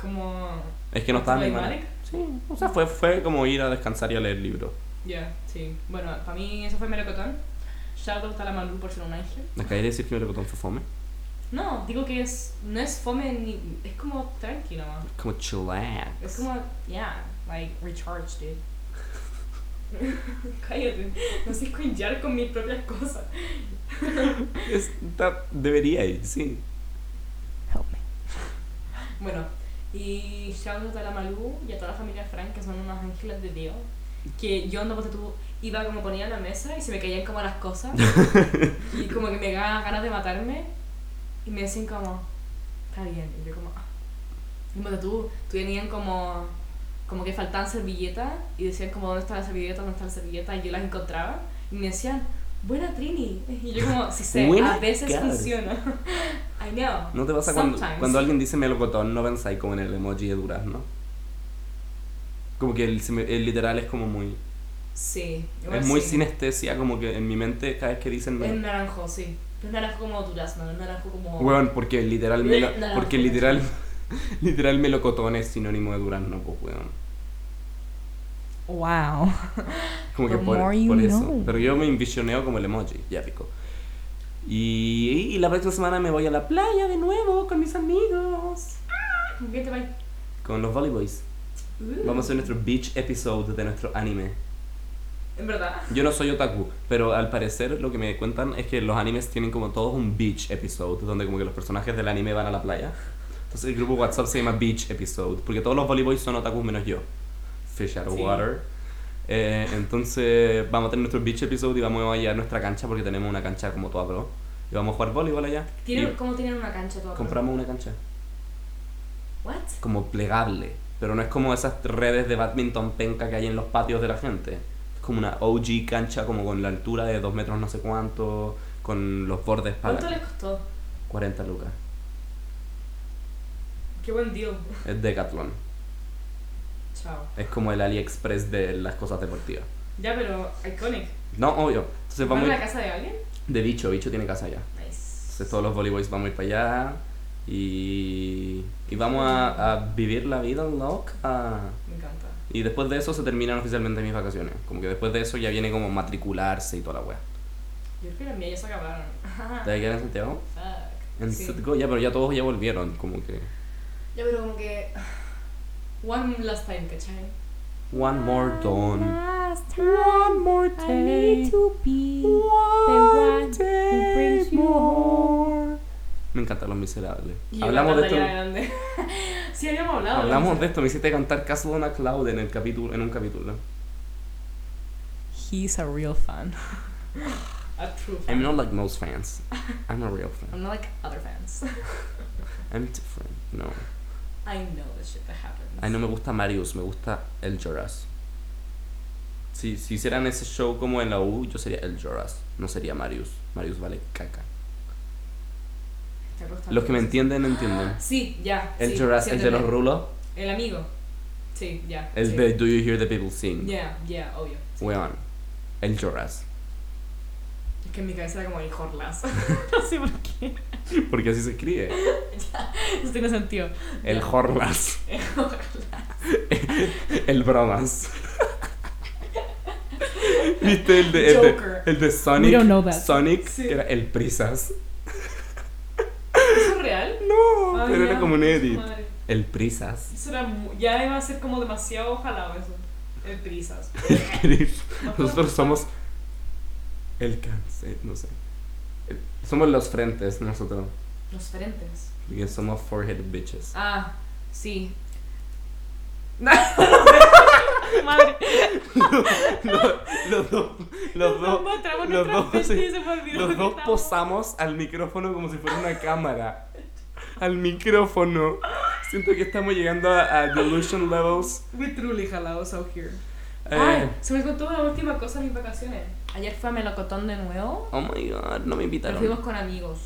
Speaker 1: como.
Speaker 2: Es que no estaba mi
Speaker 1: ¿Como
Speaker 2: hermana.
Speaker 1: Malik?
Speaker 2: Sí, o sea, fue, fue como ir a descansar y a leer libros.
Speaker 1: Ya, sí. Bueno, para mí eso fue melocotón. Shout out a la Malú por ser un ángel.
Speaker 2: ¿Me acabé de decir que Melocotón fue fome?
Speaker 1: No, digo que es. No es fome ni. Es como tranqui nomás.
Speaker 2: Como chillax.
Speaker 1: Es como. Yeah, like recharge, dude. Cállate. No sé coinjar con mis propias cosas.
Speaker 2: Es- ta- debería ir, sí.
Speaker 1: Bueno, y shout out a la Malú y a toda la familia Frank, que son unos ángeles de Dios. Que yo no ponte tú, iba como ponía en la mesa y se me caían como las cosas. y como que me daban ganas de matarme. Y me decían como, está bien. Y yo como, ah. Y bueno, tú, tú venían como, como que faltaban servilletas y decían como, ¿dónde está la servilleta? ¿Dónde está la servilleta? Y yo las encontraba y me decían, buena Trini. Y yo como, sí sé,
Speaker 2: Buena
Speaker 1: a veces
Speaker 2: cara.
Speaker 1: funciona. I know.
Speaker 2: ¿No te pasa cuando,
Speaker 1: Sometimes.
Speaker 2: cuando alguien dice melocotón, no pensáis como en el emoji de durazno? Como que el, sime- el literal es como muy...
Speaker 1: Sí. igual
Speaker 2: Es muy
Speaker 1: sí.
Speaker 2: sinestesia, como que en mi mente cada vez que dicen...
Speaker 1: Es
Speaker 2: melo-
Speaker 1: naranjo, sí. No es naranjo como durazno, es naranjo como...
Speaker 2: Weón, porque literal...
Speaker 1: Le-
Speaker 2: melo-
Speaker 1: naranjo.
Speaker 2: porque literal... literal melocotón es sinónimo de durazno, pues weón.
Speaker 1: Wow.
Speaker 2: Como que
Speaker 1: The
Speaker 2: por,
Speaker 1: more you
Speaker 2: por eso.
Speaker 1: know.
Speaker 2: Pero yo me envisioneo como el emoji, ya pico. Y, y la próxima semana me voy a la playa de nuevo con mis amigos.
Speaker 1: ¿Qué te va?
Speaker 2: Con los Volleyboys.
Speaker 1: Uh,
Speaker 2: Vamos a hacer nuestro beach episode de nuestro anime.
Speaker 1: En verdad.
Speaker 2: Yo no soy otaku, pero al parecer lo que me cuentan es que los animes tienen como todos un beach episode, donde como que los personajes del anime van a la playa. Entonces el grupo WhatsApp se llama Beach Episode, porque todos los volleyboys son otakus menos yo. Fish out of
Speaker 1: Sí.
Speaker 2: water. Eh, entonces vamos a tener nuestro beach episode y vamos a llevar nuestra cancha porque tenemos una cancha como toda pro. Y vamos a jugar voleibol allá.
Speaker 1: ¿Tienen,
Speaker 2: Y
Speaker 1: ¿Cómo tienen una cancha toda?
Speaker 2: compramos una cancha
Speaker 1: What?
Speaker 2: como plegable, pero no es como esas redes de badminton penca que hay en los patios de la gente. Es como una OG cancha, como con la altura de 2 metros no sé cuánto, con los bordes para
Speaker 1: ¿Cuánto les costó?
Speaker 2: 40 lucas.
Speaker 1: Qué buen deal.
Speaker 2: Es Decathlon.
Speaker 1: Chao.
Speaker 2: Es como el AliExpress de las cosas deportivas.
Speaker 1: Ya, pero iconic.
Speaker 2: No, obvio. Entonces
Speaker 1: ¿Van
Speaker 2: vamos
Speaker 1: a
Speaker 2: a
Speaker 1: la
Speaker 2: ir
Speaker 1: casa de alguien?
Speaker 2: de bicho, bicho tiene casa allá.
Speaker 1: Nice.
Speaker 2: Entonces todos los volleyboys vamos a ir para allá y, y vamos a, a vivir la vida loca.
Speaker 1: Me encanta.
Speaker 2: Y después de eso se terminan oficialmente mis vacaciones. Como que después de eso ya viene como matricularse y toda la wea.
Speaker 1: Yo creo que las mías ya se acabaron.
Speaker 2: ¿Te vas a quedar en Santiago?
Speaker 1: Fuck.
Speaker 2: En
Speaker 1: Sí.
Speaker 2: Santiago, ya, pero ya todos ya volvieron, como que.
Speaker 1: Ya, pero como que. One last time, ¿cachai?
Speaker 2: One more dawn.
Speaker 5: Last
Speaker 2: One more
Speaker 5: I need to be
Speaker 2: One
Speaker 5: one who brings you
Speaker 2: more. Me encantan los miserables.
Speaker 1: Y yo
Speaker 2: Hablamos de
Speaker 1: la
Speaker 2: esto.
Speaker 1: pantalla grande. sí, habíamos hablado.
Speaker 2: Hablamos de esto, me hiciste cantar Castle on a Cloud en el capítulo, en un capítulo.
Speaker 1: He's a real fan. a true fan.
Speaker 2: I'm not like most fans. I'm a real fan.
Speaker 1: I'm not like other fans.
Speaker 2: I'm different. No.
Speaker 1: I know the shit that happens.
Speaker 2: Ay, no me gusta Marius, me gusta el Joras. Si, si hicieran ese show como en la U, yo sería el Joras, no sería Marius. Marius vale caca.
Speaker 1: Te acostas.
Speaker 2: Los que me entienden, entienden.
Speaker 1: Sí, ya.
Speaker 2: El
Speaker 1: sí,
Speaker 2: Joras,
Speaker 1: sí,
Speaker 2: el de los
Speaker 1: entendí.
Speaker 2: rulos,
Speaker 1: El amigo. Sí, ya.
Speaker 2: el
Speaker 1: sí.
Speaker 2: de Do You Hear the People Sing.
Speaker 1: Yeah, yeah, obvio. sí.
Speaker 2: Weón, el Joras.
Speaker 1: Es que en mi cabeza era como el Jorlas. no sé por qué.
Speaker 2: Porque así se escribe.
Speaker 1: No tiene sentido.
Speaker 2: El
Speaker 1: Ya.
Speaker 2: Jorlas,
Speaker 1: El Jorlas.
Speaker 2: el Bromas. ¿Viste el de, el de-
Speaker 1: Joker.
Speaker 2: el de Sonic?
Speaker 5: We don't know that.
Speaker 2: Sonic,
Speaker 1: Sí.
Speaker 2: que era el Prisas.
Speaker 1: ¿Eso es real?
Speaker 2: No,
Speaker 1: Ay,
Speaker 2: pero
Speaker 1: ya, Ah.
Speaker 2: era como un edit.
Speaker 1: madre.
Speaker 2: El Prisas.
Speaker 1: Eso era mu- ya iba a ser como demasiado jalado eso. El prisas.
Speaker 2: Nosotros somos el cáncer, no sé. El- Somos los frentes nosotros,
Speaker 1: Los frentes.
Speaker 2: porque somos forehead bitches.
Speaker 1: Ah, sí. Madre.
Speaker 2: Los dos, los dos,
Speaker 1: Mostramos
Speaker 2: los
Speaker 1: nuestras
Speaker 2: dos, sí.
Speaker 1: frentes y se me olvidó
Speaker 2: los
Speaker 1: que
Speaker 2: dos
Speaker 1: estábamos-
Speaker 2: posamos al micrófono como si fuera una cámara. Al micrófono. Siento que estamos llegando a, a delusion levels.
Speaker 1: We truly jalados out here.
Speaker 2: Eh,
Speaker 1: Ay, se me contó la última cosa de mis vacaciones. Ayer fue a Melocotón de nuevo.
Speaker 2: oh my god, no
Speaker 1: Pero
Speaker 2: me invitaron.
Speaker 1: fuimos con amigos.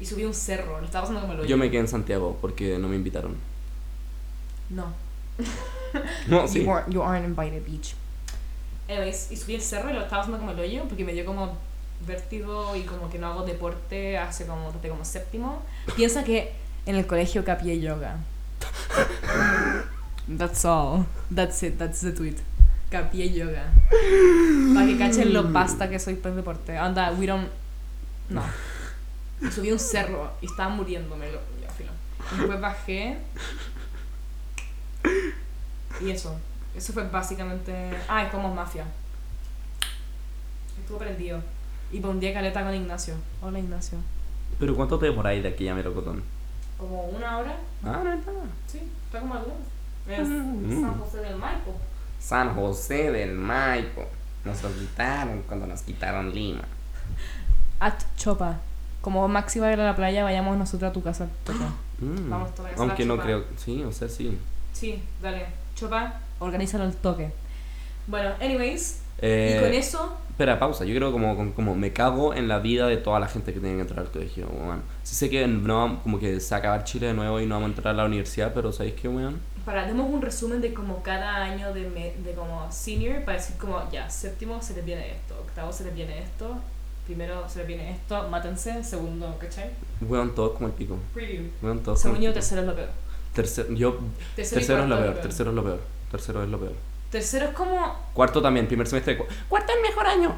Speaker 1: Y subí un cerro. Lo estaba pasando como el hoyo.
Speaker 2: Yo me quedé en Santiago porque no me invitaron.
Speaker 1: No.
Speaker 2: No, sí.
Speaker 5: You aren't, you aren't invited, bitch.
Speaker 1: Anyways, y subí el cerro y lo estaba pasando como el hoyo porque me dio como vértigo y como que no hago deporte hace como desde como séptimo. Piensa que en el colegio capié yoga. That's all. That's it. That's the tweet. Capié yoga. Para que cachen lo pasta que soy por el deporte. Anda, we don't. No. Subí un cerro y estaba muriéndome. Lo, ya, filo. Y después bajé. Y eso. Eso fue básicamente. Ah, y como mafia. Estuvo prendido. Y por un día caleta con Ignacio. Hola, Ignacio.
Speaker 2: Pero ¿cuánto te demoráis de aquí a Melocotón?
Speaker 1: Como una hora.
Speaker 2: Ah, no está.
Speaker 1: Sí, está como al lado. Es
Speaker 2: Mm.
Speaker 1: San José del Maipo.
Speaker 2: San José del Maipo. Nos lo quitaron cuando nos quitaron Lima.
Speaker 1: At Chopa. Como Maxi va a ir a la playa, vayamos nosotros a tu casa.
Speaker 2: Mm.
Speaker 1: Vamos, toda esa
Speaker 2: Aunque
Speaker 1: la
Speaker 2: no
Speaker 1: chupa.
Speaker 2: creo. Sí, o sea, sí.
Speaker 1: Sí, dale. Chopa, organízalo al toque. Bueno, anyways, y
Speaker 2: Eh,
Speaker 1: con eso,
Speaker 2: Espera, pausa. Yo creo como, como, como me cago en la vida de toda la gente que tiene que entrar al colegio, weón. Sí sé que no vamos- como que se va a acabar Chile de nuevo y no vamos a entrar a la universidad, pero ¿sabéis qué, weón?
Speaker 1: para demos un resumen de como cada año de, me- de como senior, para decir como, ya, séptimo se les viene esto, octavo se les viene esto, primero se les viene esto, mátense, segundo, ¿cachai?
Speaker 2: Weón, todos como el pico.
Speaker 1: Preview.
Speaker 2: Weón, todos como
Speaker 1: Segundo
Speaker 2: el
Speaker 1: y
Speaker 2: pico.
Speaker 1: tercero es lo peor.
Speaker 2: Tercer- yo,
Speaker 1: Tercero, y
Speaker 2: tercero es
Speaker 1: cuarto
Speaker 2: lo peor, tercero es lo peor. Tercero es lo peor.
Speaker 1: Tercero es como,
Speaker 2: Cuarto también, primer semestre. de cu-
Speaker 3: Cuarto el mejor año.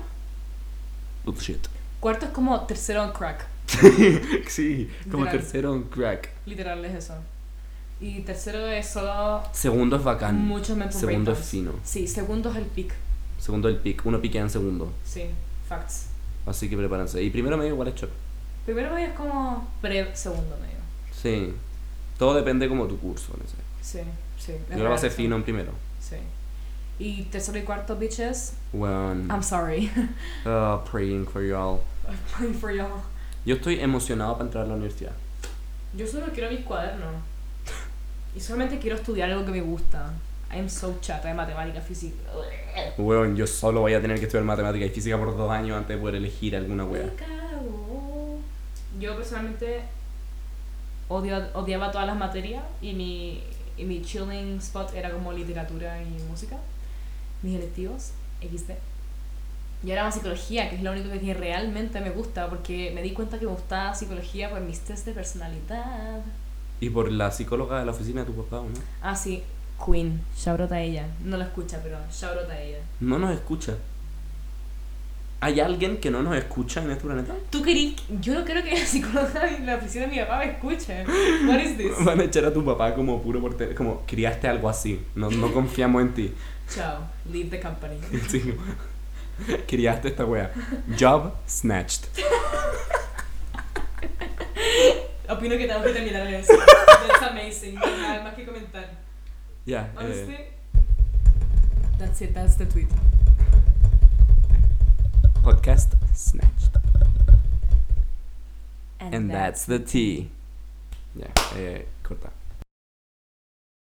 Speaker 2: Bullshit.
Speaker 1: cuarto es como tercero en crack,
Speaker 2: sí, como
Speaker 1: Literal.
Speaker 2: tercero un crack.
Speaker 1: literal es eso. Y tercero es solo
Speaker 2: Segundo es bacán.
Speaker 1: muchos mental
Speaker 2: segundo es
Speaker 1: breakdowns.
Speaker 2: fino.
Speaker 1: Sí, segundo es el pick,
Speaker 2: Segundo el pick. Uno piquea en segundo.
Speaker 1: sí, facts.
Speaker 2: Así que prepárense. Y primero medio igual es chop.
Speaker 1: Primero medio es como pre segundo medio.
Speaker 2: Sí. Todo depende como tu curso. No sé.
Speaker 1: Sí, sí. es
Speaker 2: Yo lo
Speaker 1: real
Speaker 2: pasé
Speaker 1: eso.
Speaker 2: fino en primero.
Speaker 1: Sí. Y tercero y cuarto, bitches.
Speaker 2: Weón.
Speaker 1: I'm sorry.
Speaker 2: Ah, praying for you all.
Speaker 1: I'm praying for y'all.
Speaker 2: Yo estoy emocionado para entrar a la universidad.
Speaker 1: Yo solo quiero mis cuadernos. Y solamente quiero estudiar algo que me gusta. I'm so chata de matemática, física.
Speaker 2: Weón, yo solo voy a tener que estudiar matemática y física por dos años antes de poder elegir alguna wea.
Speaker 1: Me cago. Yo personalmente odio, odiaba todas las materias y mi, y mi chilling spot era como literatura y música. Mis electivos, XD. Y ahora hago psicología, que es lo único que realmente me gusta, porque me di cuenta que me gustaba psicología por mis test de personalidad.
Speaker 2: Y por la psicóloga de la oficina de tu papá, ¿o ¿no?
Speaker 1: Ah, sí, Queen. Shout out a ella. No la escucha, pero shout out a ella.
Speaker 2: No nos escucha. ¿Hay alguien que no nos escucha en este planeta?
Speaker 1: ¿Tú querí? Yo no creo que la psicóloga de la oficina de mi papá me escuche. What is this?
Speaker 2: Van a echar a tu papá como puro por tele- como criaste algo así. No, no confiamos en ti.
Speaker 1: Chao, leave the company.
Speaker 2: Sí, como, criaste esta wea. Job snatched.
Speaker 1: Opino que tenemos que terminar en eso. That's amazing. No hay nada más que comentar.
Speaker 2: Ya. eh,
Speaker 1: Honestly. That's it, that's the tweet.
Speaker 2: podcast snatched.
Speaker 5: And,
Speaker 2: And
Speaker 5: that's
Speaker 2: that's the tea. Ya. eh, corta.